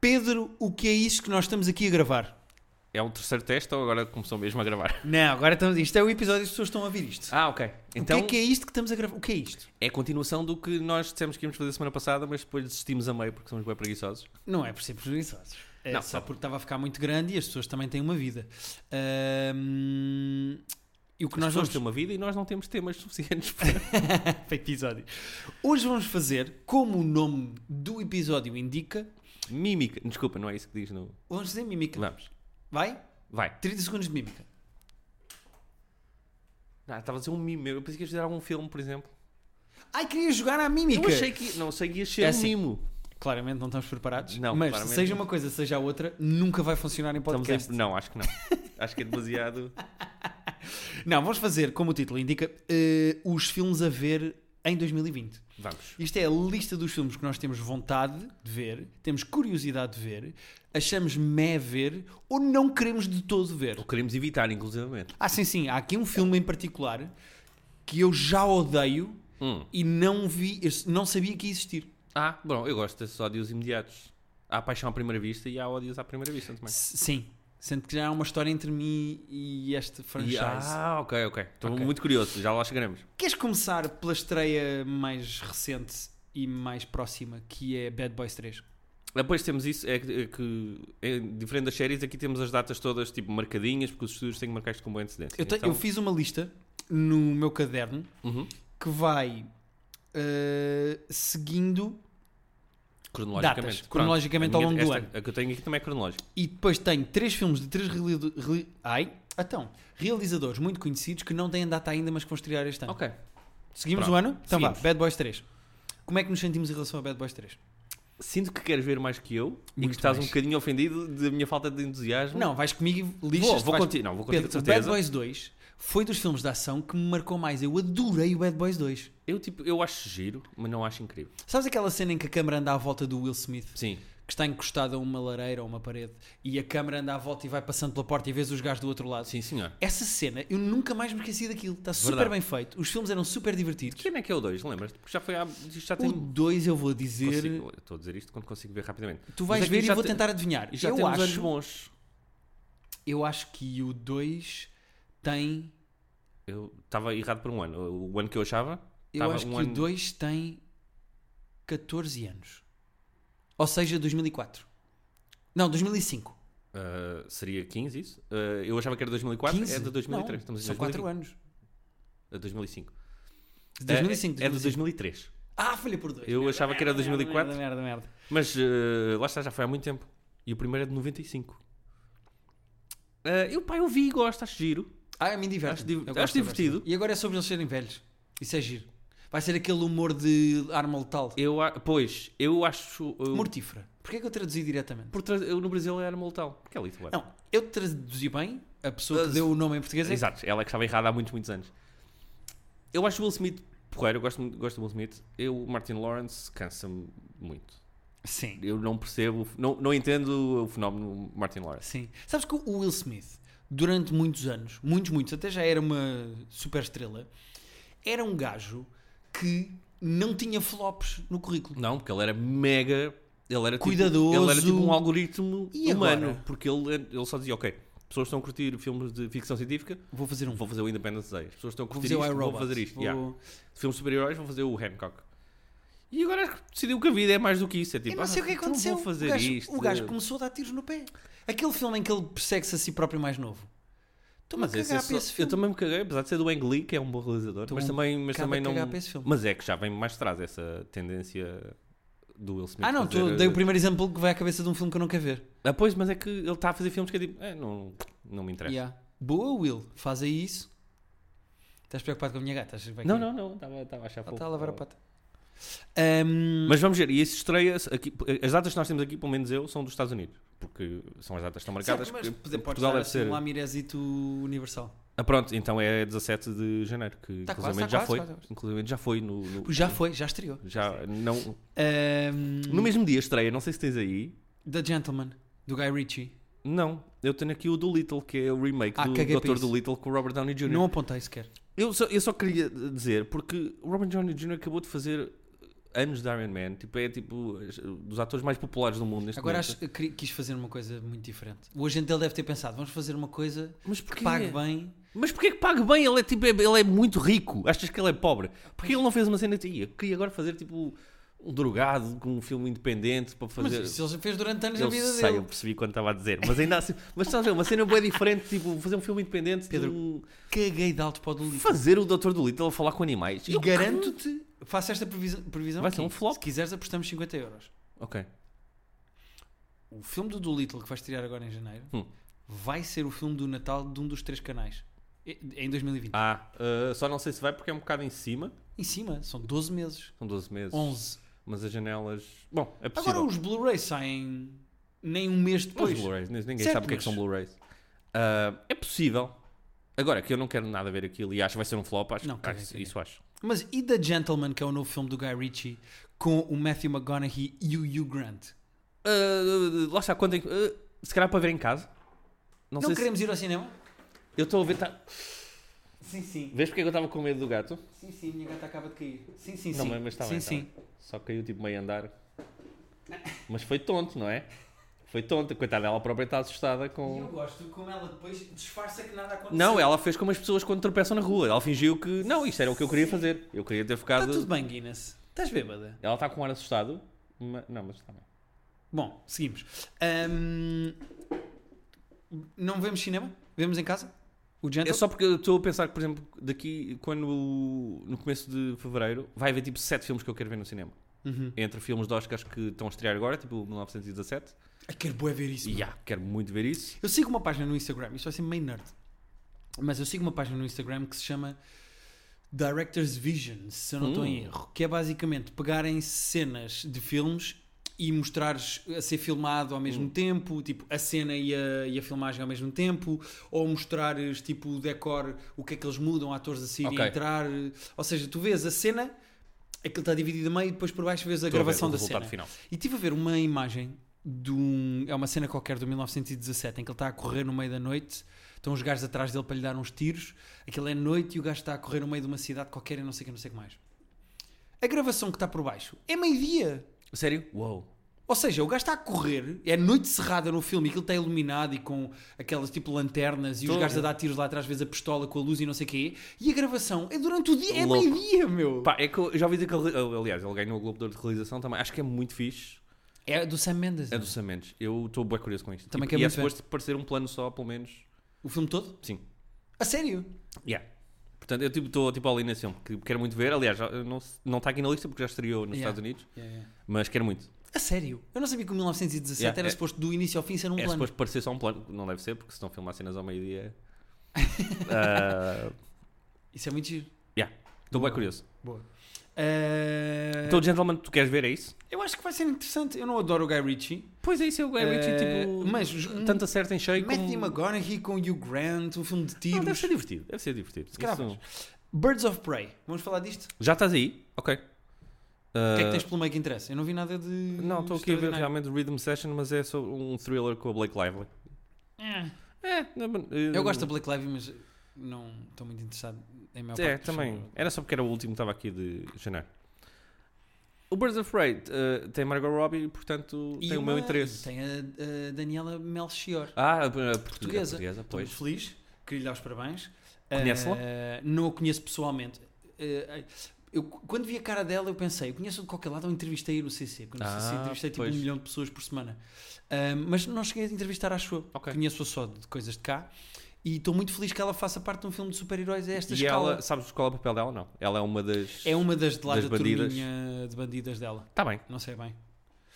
Pedro, o que é isso que nós estamos aqui a gravar? É o terceiro teste ou agora começou mesmo a gravar? Não, agora estamos. Isto é o episódio, as pessoas estão a ouvir isto. Ah, ok. Então o que é que é isto que estamos a gravar? O que é isto? é a continuação do que nós dissemos que íamos fazer semana passada, mas depois desistimos a meio porque somos bem preguiçosos. Não é por ser prejuízos. É Não, só tá. porque estava a ficar muito grande e as pessoas também têm uma vida. Ahm, e o que nós Nós vamos vamos ter uma vida e nós não temos temas suficientes para... para episódio. Hoje vamos fazer, como o nome do episódio indica, Mímica. Desculpa, não é isso que diz no... vamos fazer mímica. Vamos. Vai? Vai. 30 segundos de mímica. Ah, estava a dizer um mimo. Eu pensei que ias fazer algum filme, por exemplo. Ai, queria jogar à mímica. Eu achei que... Não, sei que ia ser É um assim. mimo. Claramente não estamos preparados. Não, mas claramente seja não. uma coisa, seja a outra, nunca vai funcionar em Estamos podcast. em- Não, acho que não. acho que é demasiado... Não, vamos fazer, como o título indica, eh, os filmes a ver em 2020. Vamos. Isto é a lista dos filmes que nós temos vontade de ver, temos curiosidade de ver, achamos mé ver ou não queremos de todo ver. O queremos evitar, inclusivamente. Ah, sim, sim, há aqui um filme em particular que eu já odeio Hum. e não vi, eu não sabia que ia existir. Ah, bom, eu gosto desses ódios imediatos. Há paixão à primeira vista e há ódios à primeira vista também. S- Sim, sendo que já há uma história entre mim e este franchise. E- Ah, ok, ok. Estou Ok. muito curioso, já lá chegaremos. Queres começar pela estreia mais recente e mais próxima, que é Bad Boys 3? Depois temos isso, é que, é que- é diferente das séries, aqui temos as datas todas tipo marcadinhas, porque os estudos têm que marcar isto com boa antecedência. Eu, te- Então- eu fiz uma lista no meu caderno Uhum. que vai eh, seguindo Cronologicamente. Datas, Pronto. cronologicamente A ao minha- longo do esta- A que eu tenho aqui também é cronológico. e depois tem três filmes de três reali- reali- ai, então, realizadores muito conhecidos que não têm data ainda, mas que vão estrear este ano. Ok. Ah. Seguimos Pronto. o ano? Então vá, Seguimos. Bad Boys 3. Como é que nos sentimos em relação a Bad Boys 3? Sinto que queres ver mais que eu e Muito que estás mais. um bocadinho ofendido da minha falta de entusiasmo. Não, vais comigo e lixas Uhum. vou, vou contigo, não, vou contigo Pedro, de o Bad certeza. Boys 2 foi dos filmes de ação que me marcou mais. Eu adorei o Bad Boys 2. Eu, tipo, eu acho giro, mas não acho incrível. Sabes aquela cena em que a câmara anda à volta do Will Smith? Sim. Que está encostada a uma lareira ou uma parede e a câmara anda à volta e vai passando pela porta e vês os gajos do outro lado? Sim, senhor. Essa cena, eu nunca mais me esqueci daquilo. Está super Verdade. bem feito. Os filmes eram super divertidos. Que ano é que é o 2? Lembras-te? Porque já foi há. Isto já tem. O 2 eu vou dizer... Consigo- Estou a dizer isto quando consigo ver rapidamente. Tu vais Mas é que ver e já vou te- tentar adivinhar. E já eu, temos anos acho, bons. eu acho que o 2 tem... Eu estava errado por um ano. O ano que eu achava. Eu estava acho um que ano... o 2 tem 14 anos. Ou seja, 2004. Não, 2005. Ah, seria 15, isso? Ah, eu achava que era 2004. 15? É de 2003. Não, Estamos em são 4 2005. anos. Ah, 2005. De 2005. É, é de 2003. Ah, falhei por 2. Eu achava que era 2004. Merda, merda, merda. Mas ah, lá está, já foi há muito tempo. E o primeiro é de 95. Ah, eu, pá, eu vi e gosto, acho giro. Ah, me diverte. Acho div- acho divertido. E agora é sobre eles serem velhos. Isso é giro. Vai ser aquele humor de arma letal. Eu, a- pois, eu acho. eu- Mortífera. Porquê é que eu traduzi diretamente? por tra- eu no Brasil era mortal. Porque é literal. Não, eu traduzi bem. A pessoa que Ah, deu o nome em português é... Exato, ela é que estava errada há muitos, muitos anos. Eu acho o Will Smith porreiro, eu gosto, muito- gosto do Will Smith. Eu, o Martin Lawrence, cansa-me muito. Sim. Eu não percebo, não, não entendo o fenómeno Martin Lawrence. Sim. Sabes que o Will Smith, durante muitos anos, muitos, muitos, até já era uma super estrela, era um gajo que não tinha flops no currículo. Não, porque ele era mega. Ele era Cuidadoso. Tipo, ele era tipo um algoritmo E humano. agora? Porque ele, ele só dizia, ok, pessoas estão a curtir filmes de ficção científica, Vou fazer um. vou fazer o Independence Day. As pessoas estão a Vou curtir fazer o isto, vou iRobot. fazer isto. Vou- yeah. Filmes de super-heróis, vou fazer o Hancock. E agora decidiu que a vida é mais do que isso. É tipo, Eu não sei o que ah, então aconteceu. Vou fazer o, gajo, isto. o gajo começou a dar tiros no pé. Aquele filme em que ele persegue-se a si próprio mais novo. Estou-me a Mas esse, é cagar só- para esse eu filme. também me caguei, apesar de ser do Ang Lee, que é um bom realizador, Estou mas um também, mas bocado também a não. cagar para esse filme. Mas é que já vem mais atrás essa tendência do Will Smith. Ah não, fazer- eh, tu, dei o primeiro exemplo que vai à cabeça de um filme que eu não quero ver. Ah, pois, mas é que ele está a fazer filmes que é tipo, "Ah, não, não me interessa. Yeah. Boa, Will. Faz aí isso. Estás preocupado com a minha gata? Achas que vai Não, querer? não, não, estava estava a achar Ela pouco. está a lavar a pata. Ahm, Mas vamos ver, e isso estreia aqui, as datas que nós temos aqui, pelo menos eu, são dos Estados Unidos, porque são as datas que estão marcadas. Certo, mas porque poder- podes Portugal dar deve assim ser. um lamirezito universal. Ah, pronto, então é 17 de janeiro, que Tá inclusive quase, tá já quase, foi. quase, quase. Inclusive já foi no. no- Já foi, já estreou. já não, Ahm, no mesmo dia estreia, não sei se tens aí, The Gentleman, do Guy Ritchie. Não, eu tenho aqui o do Little, que é o remake Ah, do caguei para Doutor isso. do Little com o Robert Downey Jr. Não apontei sequer. Eu, só, eu só queria dizer, porque o Robert Downey Jr. acabou de fazer anos de Iron Man, tipo, é tipo dos atores mais populares do mundo neste Agora momento. acho que queri- quis fazer uma coisa muito diferente. O agente dele deve ter pensado: vamos fazer uma coisa Mas que porquê? pague bem. Mas porquê que paga bem? Ele é, tipo, é- ele é muito rico. Achas que ele é pobre? Porquê ele não fez uma cena de... "Ih, Eu queria agora fazer tipo um drogado com um filme independente para fazer... Mas se ele fez durante anos a eu vida sei, eu dele. percebi quando estava a dizer. Mas ainda assim... Mas estás a ver, uma cena bem diferente, tipo fazer um filme independente de Pedro, um- Caguei de alto para o Dolittle. Fazer o Dr. Dolittle a falar com animais. E Eu- garanto-te, faço esta previsão. previsão Vai ser aqui. um flop. Se quiseres, apostamos 50 euros. Ah, Ok. O filme do Dolittle que vais tirar agora em janeiro Hum. vai ser o filme do Natal de um dos três canais. E- Em 2020. Ah, ah, só não sei se vai porque é um bocado em cima. Em cima, são 12 meses. São 12 meses. 11. Mas as janelas... Bom, é possível. Agora os Blu-rays saem nem um mês Os depois. Blu-rays, ninguém Certo, sabe o que é mas- que são Blu-rays. Ah, é possível. Agora, que eu não quero nada a ver aquilo e acho que vai ser um flop, acho, Não, acho- caguei, caguei. isso acho. Mas e The Gentleman, que é o novo filme do Guy Ritchie, com o Matthew McConaughey e o Hugh Grant? Ah, lá está, quando é que- ah, se calhar para ver em casa. Não, Não, sei queremos ir ao cinema? se... Eu estou a ver... Tá... Sim, sim. Vês porque é que eu estava com medo do gato? Sim, sim, minha gata acaba de cair. Sim, sim, Não, sim. mas- mas está sim, bem, tá está sim. Só caiu tipo meio andar. Mas foi tonto, não é? Foi tonto. Coitada, ela própria está assustada E eu com... gosto como ela depois disfarça que nada aconteceu. Não, é ela fez como as pessoas quando tropeçam na rua. Ela fingiu que... Não, isto era o que eu queria fazer. Eu queria ter Está ficado... Tá tudo bem, Guinness. Estás bêbada? Tá Ela está com um ar assustado. mas- Não, mas está bem. Bom, seguimos. Ahm, não vemos cinema? Vemos em casa? O Gentle? É só porque eu estou a pensar que, por exemplo, daqui, quando no começo de fevereiro, vai haver tipo sete filmes que eu quero ver no cinema. Uhum. Entre filmes de Oscars que estão a estrear agora, tipo 1917. Ai, Ah, quero bué ver isso. E mano. yeah, quero muito ver isso. Eu sigo uma página no Instagram, isto vai ser meio nerd, mas eu sigo uma página no Instagram que se chama Director's Vision, se eu não estou em Hum. erro, que é basicamente pegarem cenas de filmes e mostrares a ser filmado ao Hum. mesmo tempo, tipo a cena e a, e a filmagem ao mesmo tempo, ou mostrares tipo o decor, o que é que eles mudam, atores a sair Ok. e entrar, ou seja, tu vês a cena, aquilo está dividido a meio e depois por baixo vês a Estou gravação a ver da o cena. resultado final. E tive a ver uma imagem de um. É uma cena qualquer de 1917 em que ele está a correr no meio da noite. Estão os gajos atrás dele para lhe dar uns tiros. Aquilo é noite e o gajo está a correr no meio de uma cidade qualquer e não sei o que, não sei o que mais. A gravação que está por baixo é meio-dia. Sério? Uou. Ou seja, o gajo está a correr, é noite cerrada no filme, e aquilo está iluminado e com aquelas tipo lanternas e os Tô- gajos a dar tiros lá atrás, às vezes a pistola com a luz e não sei o quê. E a gravação é durante o dia, é Louco. meio-dia, meu. Pá, é que eu já ouvi dizer que ele, aliás, ele ganhou o Globo de Ouro de Realização também. Acho que é muito fixe. É do Sam Mendes. É dos Sam Mendes. Eu estou bem curioso com isto. Também e, quero e é muito ver. suposto parecer um plano só, pelo menos. O filme todo? Sim. A sério? Yeah. Portanto, eu estou tipo, ali nesse filme, que quero muito ver. Aliás, já- não está aqui na lista porque já estreou nos Yeah. Estados Unidos, Yeah, yeah. mas quero muito. A sério? Eu não sabia que o 1917 Yeah, era é- suposto do início ao fim ser um É plano. suposto parecer só um plano, não deve ser, porque se não filmar cenas ao meio-dia. Ah, Isso é muito giro. yeah. Estou bem curioso. Boa. Eh, Então, Gentleman, tu queres ver? É isso? Eu acho que vai ser interessante. Eu não adoro o Guy Ritchie. Pois é, isso é o Guy Ritchie, Ritchie, tipo, tipo. Mas tanto acerta em cheio Matthew como. McConaughey com Hugh Grant, um filme de Não, deve tiros. ser divertido, deve ser divertido. Se calhar Isso- Birds of Prey. Vamos falar disto? Já estás aí? Ok. Ah, O que é que é tens é? pelo meio que interessa? Eu não vi nada de. Eh, Não, estou aqui a ver extraordinário. realmente Rhythm Session, mas é sobre um thriller com a Blake Lively. É, Eu gosto da Black Lively, mas não estou muito interessado em maior É, parte dos também. filmes. Era só porque era o último que estava aqui de janeiro. O Birds of Prey eh, tem Margot Robbie, portanto E tem o meu uma- interesse. Tem a, a Daniela Melchior. Ah, a portuguesa. Portuguesa. portuguesa Estou muito pois. feliz, queria lhe dar os parabéns. Conhece-la? Eh, não a conheço pessoalmente. Eh, eu, quando vi a cara dela, eu pensei, eu conheço de qualquer lado, eu entrevistei no CC. Quando Ah, CC entrevistei tipo pois. um milhão de pessoas por semana. Eh, mas não cheguei a entrevistar, acho eu. Ok. Conheço-a só de coisas de cá. E estou muito feliz que ela faça parte de um filme de super-heróis a esta E escala. ela, sabes qual é o papel dela? Não. Ela é uma das. É uma das de lá Das da bandidas. turminha de bandidas dela. Tá bem. Não sei bem.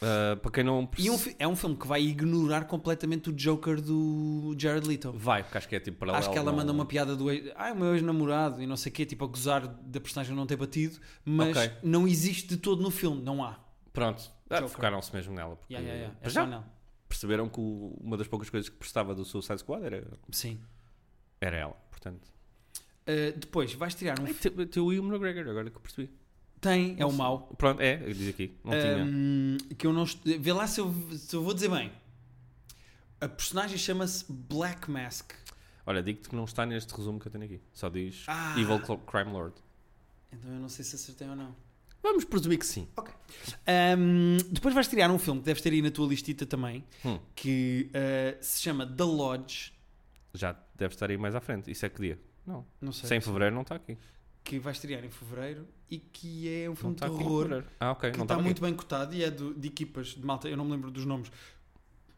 Ah, para quem não E um fi- é um filme que vai ignorar completamente o Joker do Jared Leto. Vai, porque acho que é tipo paralelo. Acho que ela não- manda uma piada do ex, ah, o meu ex-namorado e não sei o quê, tipo a gozar da personagem não ter batido, mas Ok. não existe de todo no filme, não há. Pronto. Ah, Joker. focaram-se mesmo nela. Porque... Yeah, yeah, yeah. É Mas só já não. perceberam que o- uma das poucas coisas que prestava do Suicide Squad era, Sim. era ela. Portanto. Uh, depois vais tirar um. É, f- te- Tem o Ian McGregor, agora que eu percebi. Ehm. Tem, é Não o sei. mau. Pronto, é, eu disse aqui. Não tinha. Ahm, que eu não. est- Vê lá se eu, se eu vou dizer bem. A personagem chama-se Black Mask. Olha, digo-te que não está neste resumo que eu tenho aqui. Só diz Ah. Evil Clo- Crime Lord. Então eu não sei se acertei ou não. Vamos presumir que sim. Ok. Ahm, depois vais criar um filme que deves ter aí na tua listita também, Hum. que ah, se chama The Lodge. Já deve estar aí mais à frente. Isso é que dia? Não. Não Se é sei. em fevereiro, não está aqui. Que vai estrear em fevereiro e que é um Não filme de está aqui em terror. fevereiro. Ah, ok. que está não estava aqui. muito bem cotado e é do- de equipas de malta, eu não me lembro dos nomes,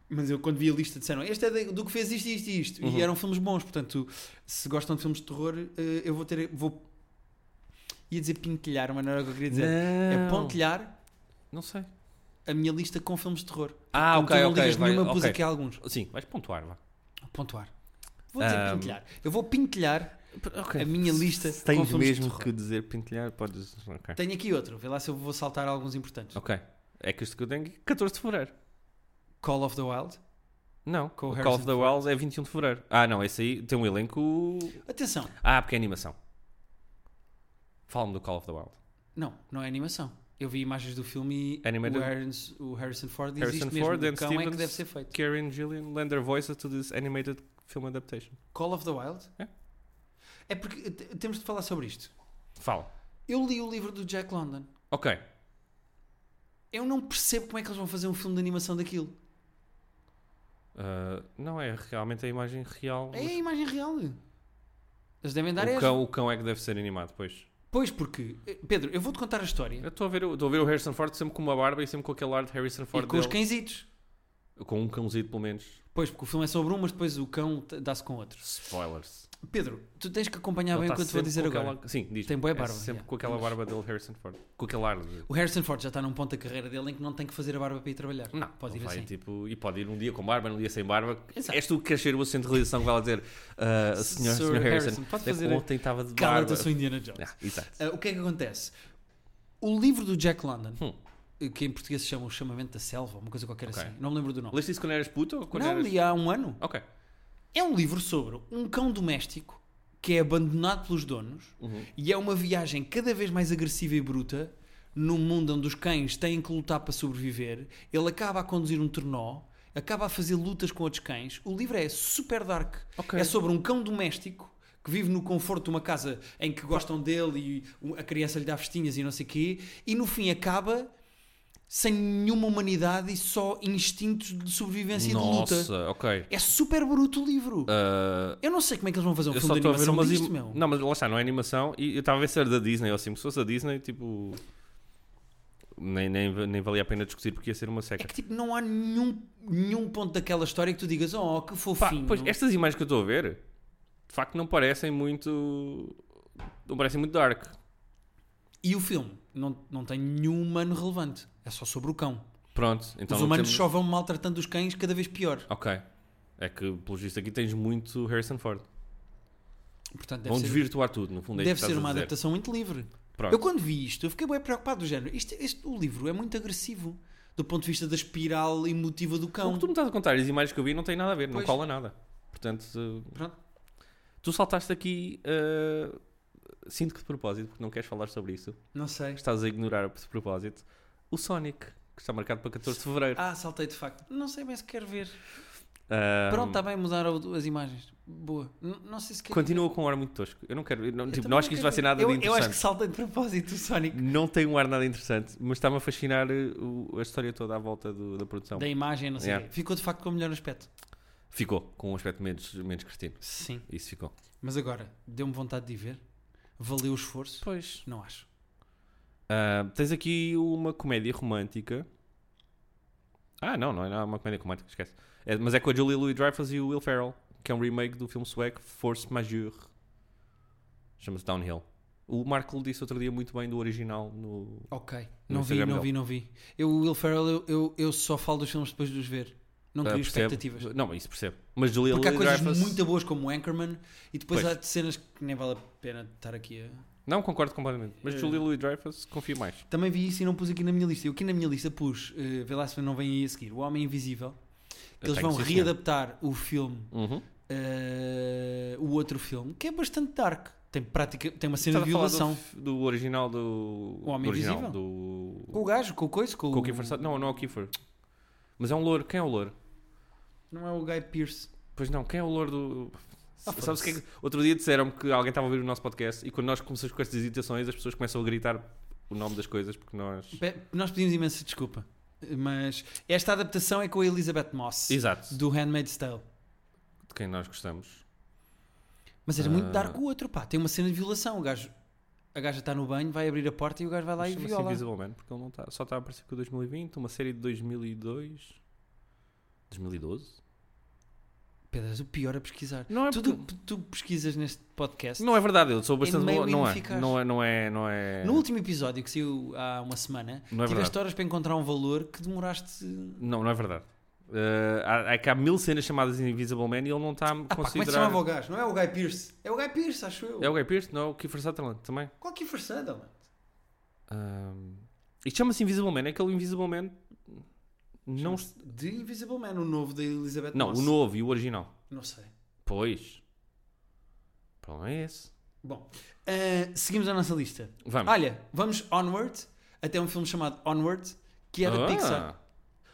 mas eu quando vi a lista disseram este é de- do que fez isto, isto e isto. Uhum. E eram filmes bons, portanto, se gostam de filmes de terror, eh, eu vou ter. Vou... ia dizer pinquilhar, mas não era o que eu queria dizer. É Não. pontilhar Não sei. a minha lista com filmes de terror. Ah, Portanto, ok, tu não ok. ligas Vai, nenhuma, pus ok. aqui alguns. Sim, vais pontuar, vá. Pontuar. Vou dizer Ahm. pinquilhar. Eu vou pinquilhar Ok. a minha lista Se com Tens filmes de mesmo terror. que dizer pintilhar, podes. Ok. Tenho aqui outro, vê lá se eu vou saltar alguns importantes. Ok. É que isto que eu tenho aqui, 14 de fevereiro. Call of the Wild. Não. Com o o Call Harrison of the Wild é 21 de fevereiro. Ah, não, esse aí tem um elenco. Atenção, Ah, porque é animação. Fala-me do Call of the Wild. Não, não é animação. Eu vi imagens do filme e Animated? o Harrison, o Harrison Ford diz É Harrison isto mesmo. Ford, o Dan cão é que Stevens. deve ser feito. Karen Gillian lend their voices to this animated film adaptation. Call of the Wild? É. É porque t- temos de falar sobre isto. Fala. Eu li o livro do Jack London. Ok. Eu não percebo como é que eles vão fazer um filme de animação daquilo. Ah, não é realmente a imagem real. É a imagem real. Eles devem dar O esta. cão, o cão é que deve ser animado, pois. Pois porque, eh, Pedro, eu vou-te contar a Eu história. estou a, ver o- estou a ver o Harrison Ford sempre com uma barba e sempre com aquele ar de Harrison E Ford com os dele. cãezitos. Com um cãozinho, pelo menos. Pois, porque o filme é sobre um, mas depois o cão t- dá-se com outro. Spoilers. Pedro, tu tens que acompanhar Ele bem o tá que eu te vou sempre dizer com agora. aquela- Sim, diz. Tem bué É barba, Sempre yeah. com aquela barba dele, Harrison Ford. Com aquele ar. de- O Harrison Ford já está num ponto da carreira dele em que não tem que fazer a barba para ir trabalhar. Não, pode ele ir vai, assim. Tipo, e pode ir um dia com barba, um dia sem barba. Exato. És tu que queres ser o assistente de realização que vai lá dizer ah, senhor, Sr. senhor Harrison, Harrison, pode é que fazer- ontem estava de barba. Cala-te, eu sou Indiana Jones. Ah, exato. Ah, o que é que acontece? O livro do Jack London, Hum. que em português se chama O Chamamento da Selva, uma coisa qualquer Ok. assim, não me lembro do nome. Leste isso quando eras puto ou quando Não, eras... li há um ano. Ok. É um livro sobre um cão doméstico que é abandonado pelos donos Uhum. e é uma viagem cada vez mais agressiva e bruta num mundo onde os cães têm que lutar para sobreviver. Ele acaba a conduzir um trenó, acaba a fazer lutas com outros cães. O livro é super dark. Ok. É sobre um cão doméstico que vive no conforto de uma casa em que gostam dele e o- a criança lhe dá festinhas e não sei o quê. E no fim acaba sem nenhuma humanidade e só instintos de sobrevivência e de luta. Nossa, ok. É super bruto o livro. Ah, Eu não sei como é que eles vão fazer um eu só filme de estou a ver animação umas... disto, im- meu. Não, mas lá está, não é animação. E eu estava a ver se era da Disney ou assim. Se fosse da Disney, tipo... Nem, nem, nem valia a pena discutir porque ia ser uma É seca. que tipo, não há nenhum, nenhum ponto daquela história que tu digas, oh, que Pá, fofinho. pois, estas imagens que eu estou a ver, de facto, não parecem muito... Não parecem muito dark. E o filme não, não tem nenhum humano relevante. É só sobre o cão. Pronto, então Os não humanos temos- só vão maltratando os cães cada vez pior. Ok. É que, pelo visto, aqui tens muito Harrison Ford. Portanto, deve Vão ser, desvirtuar tudo, no fundo. É deve isto que ser estás uma a dizer. adaptação muito livre. Pronto. Eu quando vi isto, eu fiquei bem preocupado do género. Isto, este, o livro é muito agressivo do ponto de vista da espiral emotiva do O cão. que tu me estás a contar, as imagens que eu vi, não tem nada a ver, Pois. não cola nada. Portanto, eh, Pronto. tu saltaste aqui. eh, sinto que de propósito, porque não queres falar sobre isso. Não sei. Estás a ignorar de propósito o Sonic, que está marcado para 14 de fevereiro. Ah, saltei de facto. Não sei bem se quero ver. Ah, Pronto, está bem mudar o- as imagens. Boa. N- não sei se Então, quero. Continua com um ar muito tosco. Eu não quero. eu não- Eu tipo, também não acho que isto vai quero ser ver. nada eu, de Eu acho interessante. é que saltei de propósito o Sonic. Não tem um ar nada interessante, mas está-me a fascinar eh, o- a história toda à volta do- da produção. Da imagem, não sei. Então, Yeah. quê. Ficou de facto com o melhor aspecto. Ficou, com um aspecto menos, menos cristino. Sim. Isso ficou. Mas agora, deu-me vontade de ir ver. Valeu o esforço? Pois. Não acho. Ah, tens aqui uma comédia romântica. Ah, não, não é nada uma comédia romântica, esquece. É- mas é com a Julia Louis-Dreyfus e o Will Ferrell, que é um remake do filme sueco Force Majeure. Chama-se Downhill. O Marco disse outro dia muito bem do original no... Ok. No Não vi, Instagram não vi, dele. não vi. Eu, o Will Ferrell, eu, eu, eu só falo dos filmes depois de os ver. Não Ah, crio percebo. expectativas. Não, isso percebo. Mas Julia Porque há coisas Louis-Dreyfus... muito boas como o Anchorman e depois Pois. há cenas que nem vale a pena estar aqui a... Não, concordo completamente. Mas Eh. Julia Louis-Dreyfus, confio mais. Também vi isso e não pus aqui na minha lista. Eu aqui na minha lista pus, eh, vê lá se não vem aí a seguir, O Homem Invisível. Que Eu eles tenho, vão sim, senhor. readaptar o filme Uhum. eh, o outro filme, que é bastante dark. Tem, prática, tem uma cena Estava de a falar violação. Do, f- do original do... O Homem do original, Invisível? Do... Com o gajo, com o coiso, com, Com o o... Kiefer Sutherland? Não, não é o Kiefer. Mas é um louro. Quem é o louro? Não é o Guy Pierce. Pois não, quem é o louro do... Ah, Sabes o que é foda-se. que... Outro dia disseram-me que alguém estava a ouvir o nosso podcast e quando nós começamos com estas hesitações as pessoas começam a gritar o nome das coisas porque nós. Pe- Nós pedimos imensa desculpa, mas esta adaptação é com a Elizabeth Moss, Exato. do Handmaid's Tale. De quem nós gostamos. Mas era Ah. muito dar com o outro, pá. Tem uma cena de violação. O gajo, a gaja está no banho, vai abrir a porta e o gajo vai lá e Chama-se é viola. Invisible Man porque ele não tá, só está a aparecer com o 2020, uma série de 2002. 2012? Pedro, és o pior a pesquisar. Não é Tudo o que tu pesquisas neste podcast. Não é verdade, eu sou bastante meio bom. Não é. ineficaz. não é. Não é, não é, No último episódio que saiu há uma semana, Não é tiveste verdade. horas para encontrar um valor que demoraste. Não, não é verdade. Eh, há, é que há mil cenas chamadas Invisible Man e ele não está a Ah, pá, como é que se considerar. chamava o gajo? Não é o Guy Pierce. É o Guy Pierce, acho eu. é o Guy Pearce? Não, é o Kiefer Sutherland também. Qual que é a forçada, mano? Ahm, Isto chama-se Invisible Man, é aquele Invisible Man. Não, Chama-se De Invisible Man, o novo da Elizabeth não Moss. o novo e o original. Não sei. Pois. O problema é esse. Bom, ah, seguimos a nossa lista. Vamos. Olha, vamos onward até um filme chamado Onward, que é da Ah. Pixar.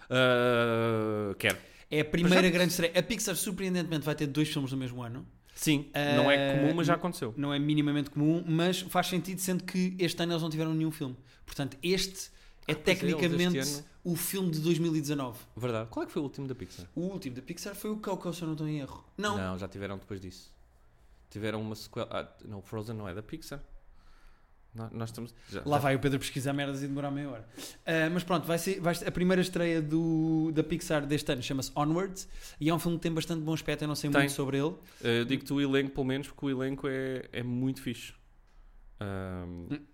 Ah, quero. É a primeira Mas já- grande estreia. A Pixar, surpreendentemente, vai ter dois filmes no mesmo ano. Sim, não é Ah, comum, mas já aconteceu. Não é minimamente comum, mas faz sentido, sendo que este ano eles não tiveram nenhum filme. Portanto, este é pois é, eles tecnicamente este ano- o filme de 2019. Verdade. Qual é que foi o último da Pixar? O último da Pixar foi o Coco, se eu não estou em erro. Não, já tiveram depois disso. Tiveram uma sequela. Ah, não, Frozen não é da Pixar. Nó- Nós estamos. já- lá já- vai o Pedro pesquisar merdas e demorar meia hora. Ah, mas pronto, vai ser, vai ser- a primeira estreia do, da Pixar deste ano chama-se Onward e é um filme que tem bastante bom aspecto. Eu não sei Tem. muito sobre ele. Eh, eu digo-te o elenco, pelo menos, porque o elenco é, é muito fixe. Ahm, Hum.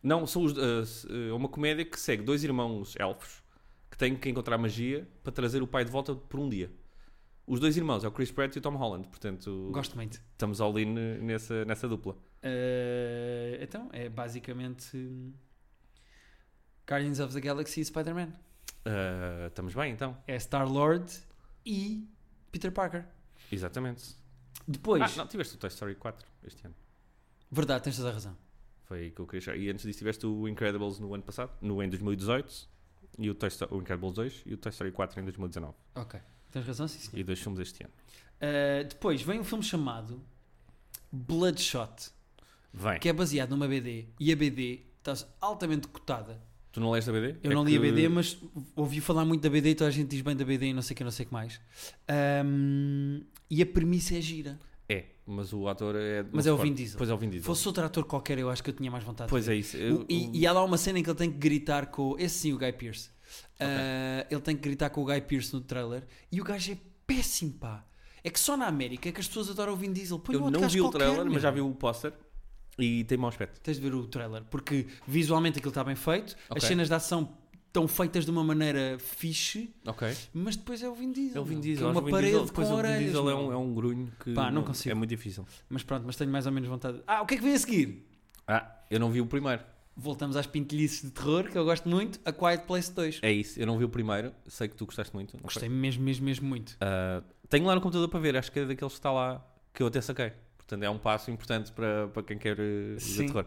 Não, são os, eh, s- eh, é uma comédia que segue dois irmãos elfos que têm que encontrar magia para trazer o pai de volta por um dia. Os dois irmãos, é o Chris Pratt e o Tom Holland, portanto, Gosto muito. estamos all in eh, nessa, nessa dupla. Eh, então, é basicamente hum, Guardians of the Galaxy e Spider-Man. Ah, estamos bem, então. É Star-Lord e Peter Parker. Exatamente. Depois, Ah, não, tiveste o Toy Story 4 este ano. verdade, tens toda a razão. Foi aí que eu queria chegar. E antes disso tiveste o Incredibles no ano passado, no em 2018, e o, Toy Story, o Incredibles 2 e o Toy Story 4 em 2019. Ok, tens razão, sim, senhor. E dois filmes este ano. Eh, depois vem um filme chamado Bloodshot, Vem. que é baseado numa BD. E a BD está altamente cotada. Tu não leste a BD? Eu É não li a que- BD, mas ouvi falar muito da BD e toda a gente diz bem da BD e não sei o que, não sei o que mais. Ahm, e a premissa é gira. É, mas o ator é. Mas é o Vin Diesel. Pois é o Vin Diesel. Fosse outro ator qualquer, eu acho que eu tinha mais vontade. Pois é isso. O- Eu- e, e há lá uma cena em que ele tem que gritar com. Esse sim, o Guy Pearce. Ah, ele tem que gritar com o Guy Pearce no trailer. E o gajo é péssimo, pá. É que só na América é que as pessoas adoram o Vin Diesel. Põe eu um outro não gajo vi o qualquer, trailer, meu. mas já vi o póster e tem mau aspecto. Tens de ver o trailer, porque visualmente aquilo está bem feito. As Ok. cenas de ação estão feitas de uma maneira fixe, Ok. mas depois é o Vin Diesel. É o Vin meu, Diesel. que é acho uma que o Vin parede Diesel, com depois o Vin orelhas. Diesel é meu. um, é um grunho que. Pá, não consigo. É muito difícil. Mas pronto, mas tenho mais ou menos vontade. Ah, o que é que vem a seguir? Ah, eu não vi o primeiro. Voltamos às pintelhices de terror, que eu gosto muito. A Quiet Place 2. É isso, eu não vi o primeiro. Sei que tu gostaste muito. não foi? Gostei mesmo, mesmo, mesmo muito. Ah, tenho lá no computador para ver, acho que é daqueles que está lá que eu até saquei. Portanto, é um passo importante para, para quem quer eh, ver Sim. terror.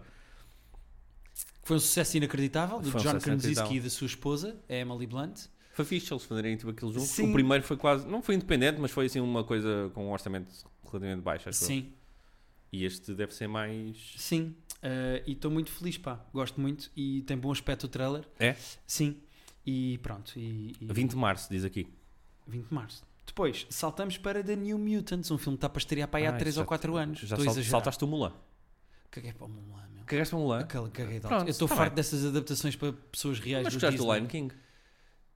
que Foi um sucesso inacreditável do Foi um John sucesso Krasinski inacreditável. e da sua esposa, a Emily Blunt. Foi fixe eles fazerem tipo, aquilo juntos. Sim. O primeiro foi quase, não foi independente, mas foi assim uma coisa com um orçamento relativamente baixo. acho eu. Sim, E este deve ser mais. sim. Uh, e estou muito feliz, pá. Gosto muito e tem bom aspecto o trailer. É? Sim. E pronto. E, e 20 de março, diz aqui. 20 de março. Depois, saltamos para The New Mutants, um filme que está para estrear para aí há Ah, 3 já- ou 4 anos. Já Estou a sal- exagerar. saltaste o Mulan. Caguei para o Mulan, meu. Cagaste o Mulan? Aquele caguei de Pronto, alto. Eu estou tá farto bem. dessas adaptações para pessoas reais Mas do gostaste do Disney. Lion King?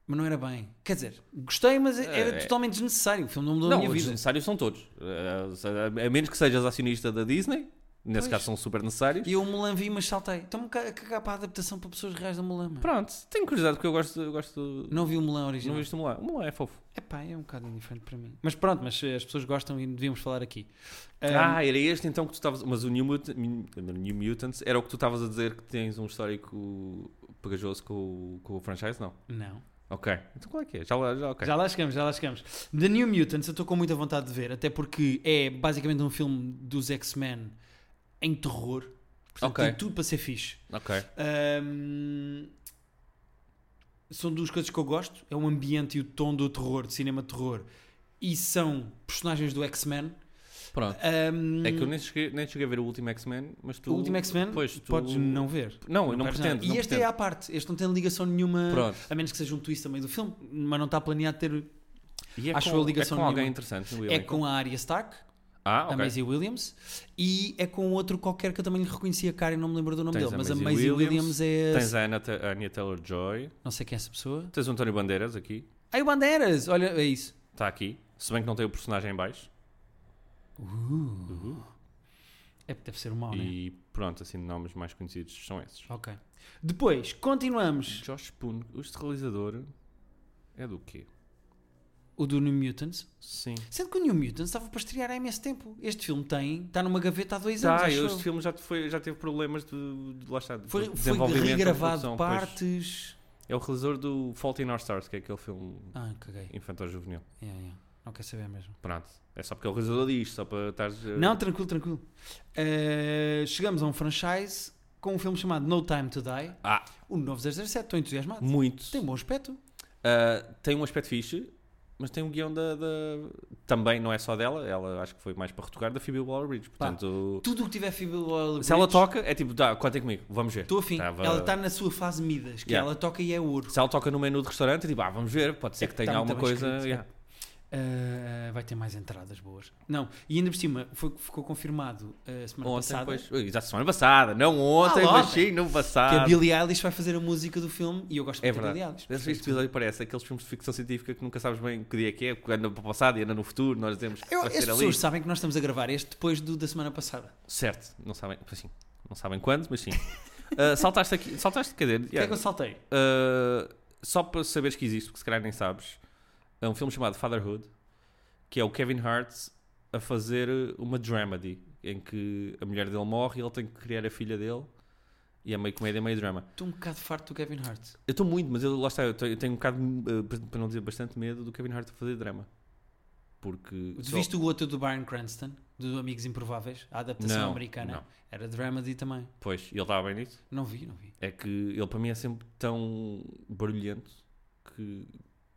Mas não era bem. Quer dizer, gostei, mas era É. totalmente desnecessário. O filme não mudou a Não, minha os vida. necessários são todos. Eh, A menos que sejas acionista da Disney, Pois. nesse caso são super necessários. E eu o Mulan vi, mas saltei. Estou-me ca- a cagar para a adaptação para pessoas reais da Mulan, meu. Pronto, tenho curiosidade porque eu gosto, eu gosto Não vi o Mulan Não original. viste o Mulan? O Mulan é fofo. Epá, é um bocado indiferente para mim. Mas pronto, mas eh, as pessoas gostam e devíamos falar aqui. Ahm, Ah, era este então que tu estavas. Mas o New, Mut- Min- New Mutants era o que tu estavas a dizer que tens um histórico pegajoso com, o- com o franchise? Não. não. Ok. Então qual é que é? Já lá, já, ok. Já lá chegamos, já lá chegamos. The New Mutants eu estou com muita vontade de ver, até porque é basicamente um filme dos X-Men em terror. Portanto, Ok. tem tudo para ser fixe. Ok. Ahm, são duas coisas que eu gosto: é o ambiente e o tom do terror, de cinema de terror, e são personagens do X-Men. Pronto. Ahm, É que eu nem cheguei, nem cheguei a ver o último X-Men, mas tu. O último X-Men Pois, tu. podes não ver. Não, eu não perdes pretendo. nada. não E este é pretendo. à parte. Este não tem ligação nenhuma, Pronto. a menos que seja um twist também do filme, mas não está planeado ter. E é Acho com, eu a ligação é com alguém nenhuma. interessante no É elenco. com a Arya Stark, Ah, a ok. Maisie Williams, e é com outro qualquer que eu também lhe reconheci a cara e não me lembro do nome Tens dele, a mas a Maisie Maisie Williams, Williams, é. Tens a Anna, a Anya Taylor-Joy. Não sei quem é essa pessoa. Tens o António Bandeiras aqui. Ai, o Bandeiras! Olha, é isso. Está aqui. Se bem que não tem o personagem em baixo. Uh. Uhum. É, deve ser o mau, né? E pronto, assim, nomes mais conhecidos são esses. Ok. Depois, continuamos. Josh Poon, este realizador é do quê? O do New Mutants. Sim. Sendo que o New Mutants estava para estrear há imenso tempo. Este filme tem, está numa gaveta há dois anos. Tá, acho eu. este filme já, te foi, já teve problemas de, de lá está, de Foi, foi desenvolvimento da regravado produção, pois. partes. É o realizador do Fault in Our Stars, que é aquele filme Ah, caguei. infantil juvenil. Yeah, yeah. Não quer saber mesmo. Pronto. É só porque é o realizador disto, só para estar. Não, tranquilo, tranquilo. Eh, chegamos a um franchise com um filme chamado No Time to Die. Ah. O novo 007. Estou entusiasmado. Muito. Tem bom aspecto. Ah, tem um aspecto fixe, mas tem um guião da, da- Também não é só dela, ela acho que foi mais para retocar, da Phoebe Waller-Bridge. Pá, Portanto, Tudo o que tiver Phoebe Waller-Bridge, se ela toca, é tipo, dá, contem comigo, vamos ver. Estou afim. Tava- Ela está na sua fase Midas, que Yeah. ela toca e é ouro. Se ela toca no menu do restaurante, é tipo, ah, vamos ver, pode ser É que que tenha tá muito alguma bem coisa. escrito, yeah. Eh, vai ter mais entradas boas. Não, e ainda por cima, foi- ficou confirmado a semana Ontem, passada pois. Ui, Exato, semana passada. Não ontem, né? Ah, mas ontem. sim, no que a passado. Billie Eilish vai fazer a música do filme e eu gosto Ah. É muito da verdade. Billie Eilish. Este episódio parece aqueles filmes de ficção científica que nunca sabes bem que dia é que é, porque anda para o passado e anda no futuro, nós dizemos que Eu, vai as ser pessoas ali. sabem que nós estamos a gravar este depois do, da semana passada. Certo, não sabem, assim, não sabem quando, mas sim. Ah, saltaste aqui, saltaste, quer O dizer, que é que yeah. eu saltei? Ah, só para saberes que existe, porque se calhar nem sabes, é um filme chamado Fatherhood, que é o Kevin Hart a fazer uma dramedy, em que a mulher dele morre e ele tem que criar a filha dele, e é meio comédia, meio drama. Estou um bocado farto do Kevin Hart. Eu estou muito, mas eu, lá está, eu tenho, eu tenho um bocado, eh, para não dizer bastante medo, do Kevin Hart a fazer drama. Porque. Tu só- viste o outro do Brian Cranston, do Amigos Improváveis, a adaptação Não, americana? não. Era Dramedy também. Pois, ele estava bem nisso. Não vi, não vi. É que ele para mim é sempre tão barulhento que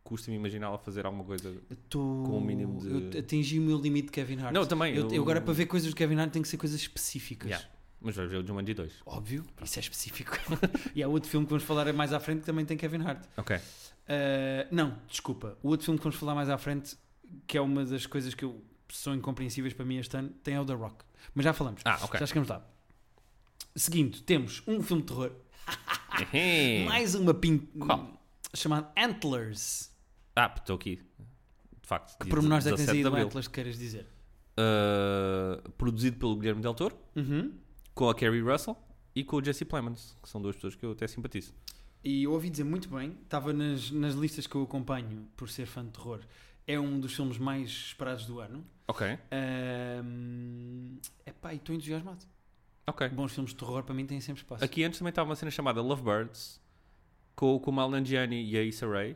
custa-me imaginá-lo a fazer alguma coisa. Eu tô- Com o mínimo de- Eu atingi o meu limite de Kevin Hart. Não, também. eu, eu agora para ver coisas do Kevin Hart tem que ser coisas específicas. Yeah. Mas vais ver o Jumanji 2. Óbvio, isso é específico. e há outro filme que vamos falar mais à frente que também tem Kevin Hart. Ok. Uh, não, desculpa. O outro filme que vamos falar mais à frente, que é uma das coisas que eu- são incompreensíveis para mim este ano, tem é o The Rock. Mas já falamos. Ah, ok. Já chegamos lá. Seguindo, temos um filme de terror, Ehem. mais uma pin... É. Qual? chamado Antlers. Ah, estou aqui. De facto. Que dia pormenores é que 17 tens de aí do abril. Antlers que queiras dizer? Ah, Produzido pelo Guilherme Del Toro, Uhum. com a Kerry Russell e com o Jesse Plemons, que são duas pessoas que eu até simpatizo. E eu ouvi dizer muito bem, estava nas, nas listas que eu acompanho por ser fã de terror. É um dos filmes mais esperados do ano. Ok. Um, epá, e estou entusiasmado. Ok. Bons filmes de terror para mim têm sempre espaço. Aqui antes também estava uma cena chamada Lovebirds com o Kumal Nanjiani e a Issa Rae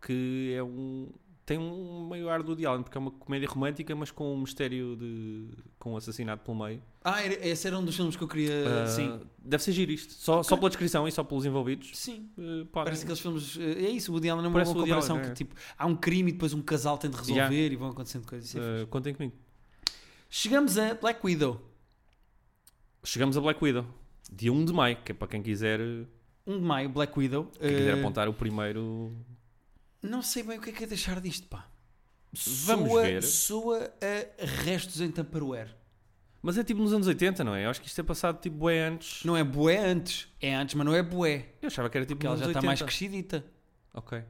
que é um tem um meio ar do Woody Allen porque é uma comédia romântica mas com um mistério de com um assassinato pelo meio Ah, era- esse era um dos filmes que eu queria. Ah, sim. deve ser giro isto só, só pela descrição e só pelos envolvidos Sim. uh, Parece aqueles filmes. eh, É isso, o Woody Allen é uma Parece boa Woody Allen, comparação. é. que, tipo, há um crime e depois um casal tem de resolver Yeah. e vão acontecendo coisas. Isso é fixe. eh, contem comigo Chegamos a Black Widow. chegamos a Black Widow dia 1 de maio que é para quem quiser 1 de maio, Black Widow. quem quiser Eh, apontar o primeiro Não sei bem o que é que é deixar disto, pá. Vamos soa, ver. Soa a restos em Tupperware. mas é tipo nos anos 80 não é? eu acho que isto é passado tipo bué antes Não é boé antes. É antes, mas não é boé. eu achava que era tipo Porque ela nos já está 80. mais crescidita. Ok.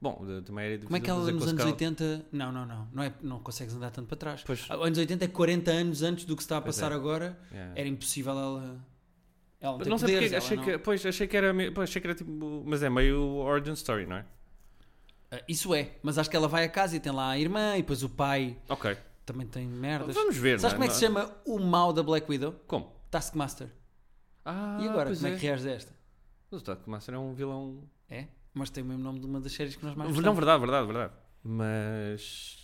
Bom, de- também era Como é que difícil ela fazer nos com a anos escala. 80. Não, não, não. Não, é, não consegues andar tanto para trás. Pois. Ah, Anos 80 é 40 anos antes do que se está a Pois passar é. agora. Yeah. Era impossível ela. Ela não Mas tem não sei poderes, porque, ela achei, não- que, é- pois, achei que era, me- pois, achei que era tipo, mas é meio origin story, não é? Ah, Isso é, mas acho que ela vai a casa e tem lá a irmã e depois o pai Ok, também tem merdas. vamos ver. Sabes não como é que se chama o mal da Black Widow? Como? Taskmaster. Ah, e agora, pois como é, é. que reages a esta? Mas o Taskmaster é um vilão... É? Mas tem o mesmo nome de uma das séries que nós mais não, gostamos. verdade, verdade, verdade. Mas...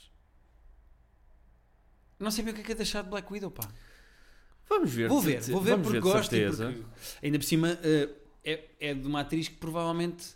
Não sei bem o que é que é deixar de Black Widow, pá. Vamos ver. Vou de ver, certe- vou ver vamos porque de gosto e certeza. porque... Ainda por cima, eh, é, é de uma atriz que provavelmente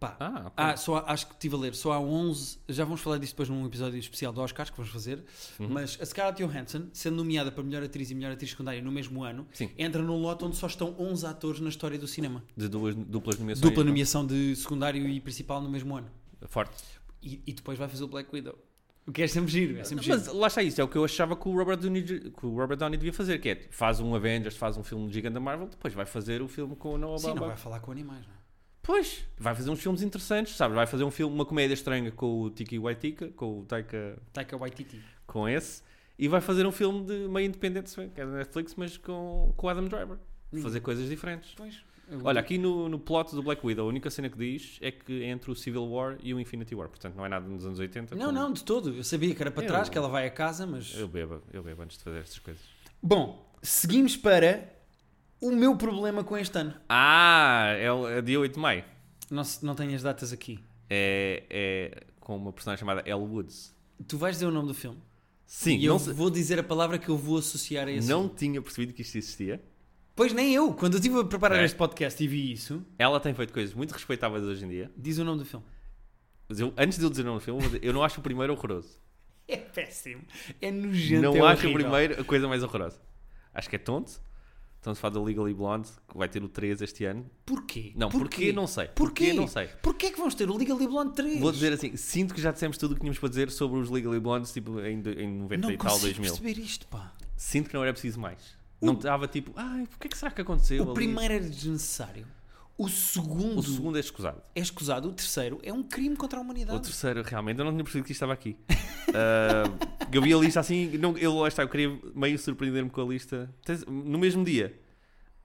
Pá. Ah, Ah, ok. só, há- acho que estive a ler, só há 11. Já vamos falar disso depois num episódio especial do Oscars que vamos fazer. Uhum. Mas a Scarlett Johansson, sendo nomeada para melhor atriz e melhor atriz secundária no mesmo ano, Sim. entra num lote onde só estão 11 atores na história do cinema. de duas, duplas nomeações. Dupla não? nomeação de secundário e principal no mesmo ano. Forte. E, e depois vai fazer o Black Widow. O que é sempre giro, é sempre Mas giro. lá está isso, é o que eu achava que o Robert Downey, que o Robert Downey devia fazer, que é faz um Avengers, faz um filme gigante da Marvel, depois vai fazer o filme com o Noah Sim, não Baumbach. vai falar com animais, não é? Pois, vai fazer uns filmes interessantes, sabes? Vai fazer um filme, uma comédia estranha com o Tiki Waitika, com o Taika, Taika Waititi. com esse, e vai fazer um filme de meio independente, se bem que é da Netflix, mas com com o Adam Driver. Hum. Fazer coisas diferentes. Pois. Olha, aqui no, no plot do Black Widow, a única cena que diz é que é entre o Civil War e o Infinity War, portanto não é nada nos anos 80. Não, como- não, de todo. Eu sabia que era para Eu- trás, que ela vai a casa, mas. Eu bebo, eu bebo antes de fazer estas coisas. Bom, seguimos para o meu problema com este ano. Ah, é o- é dia 8 de maio. Não, se- não tenho as datas aqui. É, é com uma personagem chamada Elle Woods. Tu vais dizer o nome do filme. Sim, e não, eu se- vou dizer a palavra que eu vou associar a esse não filme. tinha percebido que isto existia. Pois nem eu. Quando eu estive a preparar É. este podcast e vi isso, Ela tem feito coisas muito respeitáveis hoje em dia. diz o nome do filme. Mas eu- antes de eu dizer o nome do filme, vou dizer, eu não acho o primeiro horroroso. É péssimo. É nojento. não é acho horrível. o primeiro a coisa mais horrorosa. Acho que é tonto. Estamos a falar do Legally Blonde, que vai ter o 3 este ano. Porquê? Não, porquê? Não sei. Porquê? Não sei. Porquê que vamos ter o Liga Blonde 3? Vou dizer assim, sinto que já dissemos tudo o que tínhamos para dizer sobre os Legally Blondes tipo, em, do- em 90 não e tal, consigo 2000. perceber isto, pá. Sinto que não era preciso mais. Não estava tipo, ai, porque é que será que aconteceu O ali?" primeiro era desnecessário. O segundo, O segundo é escusado. é escusado. O terceiro é um crime contra a humanidade. O terceiro, realmente, eu não tinha percebido que isto estava aqui. Ah, eu vi a lista assim, não, eu, lá está, eu queria meio surpreender-me com a lista. Tens- no mesmo dia,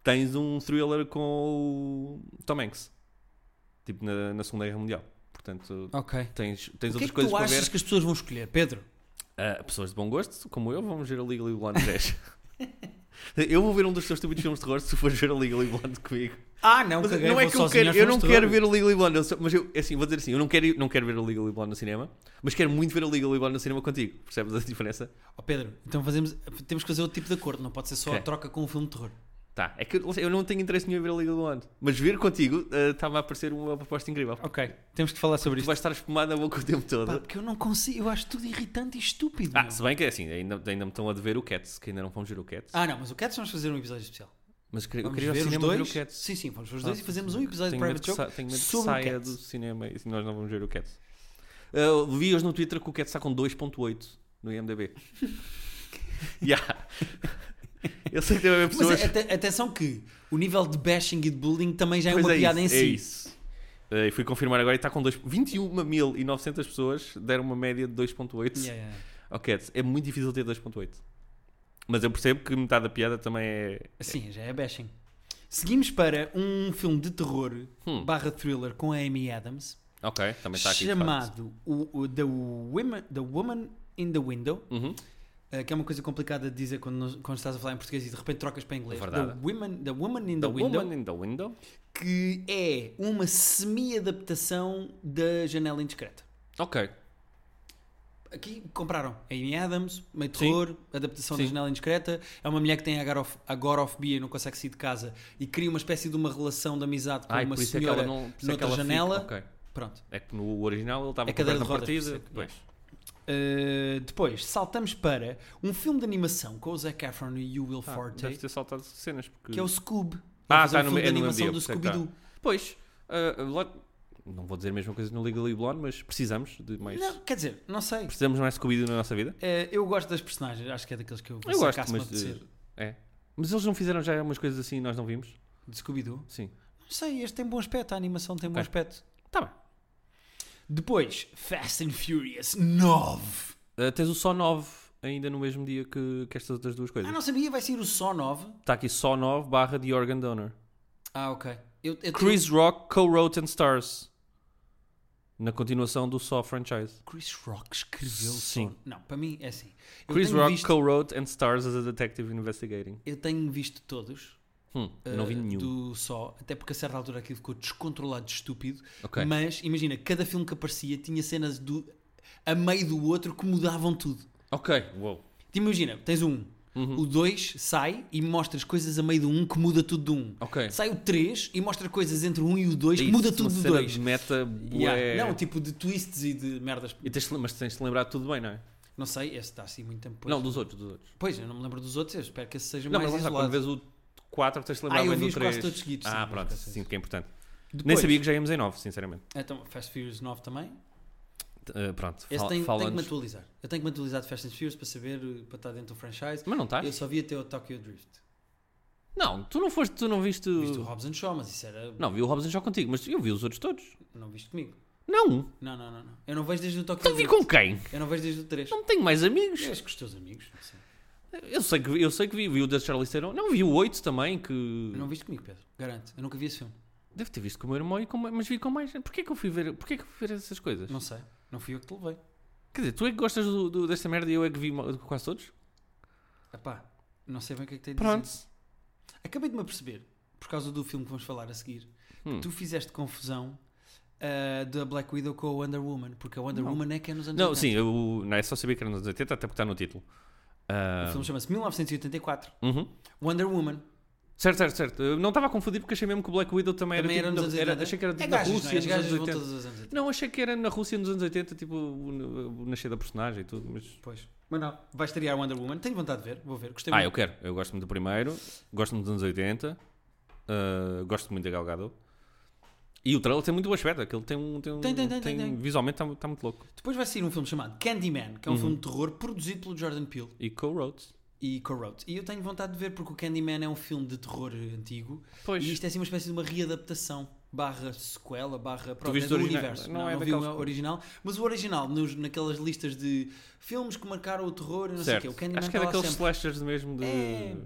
tens um thriller com o Tom Hanks, tipo na, na Segunda Guerra Mundial. Portanto, Ok. tens, tens Ah. o que é outras que coisas tu para achas ver. que as pessoas vão escolher, Pedro? Ah, pessoas de bom gosto, como eu, vamos ver a Legally Blonde 10. eu vou ver um dos teus estúpidos filmes de terror se tu fores ver a Legally Blonde comigo. Ah, não, Mas caguei, não é vou que eu sozinho quero, aos eu não filmes de quero terror. ver o Legally Blonde, eu só- mas eu, é assim, vou dizer assim, eu não quero, não quero ver o Legally Blonde no cinema, mas quero muito ver o Legally Blonde no cinema contigo, percebes a diferença? Ó, Pedro, então fazemos, temos que fazer outro tipo de acordo, não pode ser só Ok. a troca com um filme de terror. Tá, é que eu, eu não tenho interesse nenhum em ver o Legally Blonde, mas ver contigo ah, estava a parecer uma proposta incrível. Ok, temos que falar sobre Tu vais estar espumado na boca o tempo todo. Ah, Pá, porque eu não consigo, eu acho tudo irritante e estúpido. Ah, meu. se bem que é assim, ainda, ainda me estão a dever o Cats, que ainda não vamos ver o Cats. Ah, não, mas o Cats vamos fazer um episódio especial. mas queria- eu Vamos queria ir ao ver os cinema ver dois. o Cats. sim, sim, vamos ver os Ah, dois e fazemos um episódio de Tenho medo, Private que, sa- Joke tenho medo que sobre um o saia do Cats. cinema e nós não vamos ver o Cats. Ah, vi hoje no Twitter que o Cats está com 2.8 no IMDB. yeah. Eu sei que tem a ver pessoas... Mas é, ate- atenção que o nível de bashing e de bullying também já é Pois uma piada isso, em é si. isso. Ah, e fui confirmar agora e está com dois- 21.900 pessoas deram uma média de 2.8 Yeah, yeah. ao Cats. É muito difícil ter 2.8. Mas eu percebo que metade da piada também é... Sim, já é bashing. Seguimos para um filme de terror Hum. barra thriller com a Amy Adams. Ok, também está aqui. de facto. chamado o, o- the, Women- The Woman in the Window, Uhum. eh, que é uma coisa complicada de dizer quando, nós- quando estás a falar em português e de repente trocas para inglês. Verdade. The, women, the Woman in the, The, Window, Woman in the Window. que é uma semi-adaptação da Janela Indiscreta. Ok. Aqui compraram Amy Adams, meio Sim. terror, adaptação da Sim. Janela Indiscreta. É uma mulher que tem agorof- agorofobia e não consegue sair de casa e cria uma espécie de uma relação de amizade com Ai, uma por isso senhora é que ela não, por isso é que noutra ela janela. Fica, ok. Pronto. É que no original ele estava É com a perna cadeira de rodas, partida. por isso é que- Pois. Uh, depois saltamos para um filme de animação com o Zac Efron e o Will Ah, Forte, é deves ter saltado cenas. Porque... que é o Scoob. Ah, Vai fazer tá, um no filme me- é de no animação mesmo do dia, por isso é que Scooby-Doo. Pois. ah, lá- Não vou dizer a mesma coisa no Legally Blonde, mas precisamos de mais... Não, quer dizer, não sei. Precisamos de mais Scooby-Doo na nossa vida. Uh, eu gosto das personagens, acho que é daqueles que eu vou Eu sacar gosto, se me mas... apetecer. eh, É. Mas eles não fizeram já umas coisas assim e nós não vimos? De Scooby-Doo? Sim. Não sei, este tem bom aspecto, a animação tem bom Ok. aspecto. Tá bem. Depois, Fast and Furious 9. Ah, tens o Só 9 ainda no mesmo dia que, que estas outras duas Ah, coisas. não sabia, vai sair o só 9. Está aqui Só 9 barra The Organ Donor. Ah, ok. Eu, eu Chris Rock co-wrote and stars. Na continuação do Saw franchise. tenho- Chris Rock escreveu Sim. Sim. Não, para mim é assim. Eu Chris tenho Rock visto- co-wrote and stars as a detective investigating. Eu tenho visto todos. Hum, eu não vi uh, nenhum. do só, até porque a certa altura aquilo ficou descontrolado de estúpido. Ok. Mas imagina, cada filme que aparecia tinha cenas do a meio do outro que mudavam tudo. Ok, uou. Te imagina, tens um Uhum. O 2 sai e mostra as coisas a meio do 1 um, que muda tudo do 1. Um. Ok. É Sai o 3 e mostra coisas entre o 1 um e o 2 que muda Isso, tudo uma do cena 2. de meta, bué. Yeah. Não, tipo de twists e de merdas. E tens de- mas tens de lembrar tudo bem, não é? Não sei, esse está assim muito tempo depois. Não, dos outros, dos outros. Pois, eu não me lembro dos outros, eu espero que esse seja Não, mas mais lá está, quando isolado. vês o 4 tens de lembrar Ah, eu bem vi do os quase 3. todos seguidos, sim, Ah, vi os pronto, quase todos. sinto que é importante. Depois, Nem sabia que já íamos em 9, sinceramente. Então, Fast Furious 9 também. Eh, pronto, Esse fal- tem, tem que me fala-nos. atualizar. Eu tenho que me atualizar de Fast and Furious para saber, eh, para estar dentro do franchise. Mas não estás? Eu só vi até o Tokyo Drift. Não, tu não foste, tu não viste. Viste o Hobbs and Shaw, mas isso era. Não, Não, vi o Robson Shaw contigo, mas eu vi os outros todos. viste comigo. Não! Não, não, não. não. Eu não vejo desde o Tokyo Então vi Drift. com quem? Eu não vejo desde o 3. Não tenho mais amigos. Eu acho que os teus amigos. Não, sei. Eu sei que, vi- eu sei que vi, vi o da Charlie Theron. Não, vi o 8 também, que. não viste comigo, Pedro. Garanto. Eu nunca vi esse filme. Deve ter visto com o meu irmão, e com, mas vi com mais. Porquê que eu fui ver, porquê que eu fui ver essas coisas? Não sei. Não fui eu que te levei. Quer dizer, tu é que gostas do- do- desta merda e eu é que vi mo- quase todos? Epá, não sei bem o que é que tem de dizer. Pronto. Acabei de me aperceber, por causa do filme que vamos falar a seguir, Hum. que tu fizeste confusão ah, da Black Widow com a Wonder Woman, porque a Wonder Não. Woman é que é nos anos Não, 80. sim, eu, não é só saber que era nos 80, até porque está no título. Ah, O filme chama-se 1984. uhum. Wonder Woman. Certo, certo, certo. Eu não estava a confundir porque achei mesmo que o Black Widow também, também era. era tipo nos anos na- era- 80. achei que era é na gajas, Rússia não é? As nos anos gajas vão 80. todas nos anos 80. Não, achei que era na Rússia nos anos 80, tipo, o, o nascer da personagem e tudo, mas... Pois. Mas não, vai estrear Wonder Woman. Tenho vontade de ver, vou ver. Gostei Ah, eu muito. quero. Eu gosto muito do primeiro, gosto muito dos anos 80, ah, gosto muito da Gal Gadot. E o trailer tem muito bom aspecto, aquele tem um... Tem, um- Tem, tem, tem, tem, tem. Visualmente está muito louco. Depois vai sair um filme chamado Candyman, que é um filme de terror produzido pelo Jordan Peele E co-wrote. e co-wrote. E eu tenho vontade de ver porque o Candyman é um filme de terror eh, antigo Pois. E isto é assim uma espécie de uma readaptação barra sequela, barra pronto, viste é do o original? universo. Não Não, não, é vi o daqueles- original, mas o original, nos, naquelas listas de filmes que marcaram o terror e não certo. sei o quê. O Candyman Acho que é está lá daqueles sempre. slashers mesmo de... É.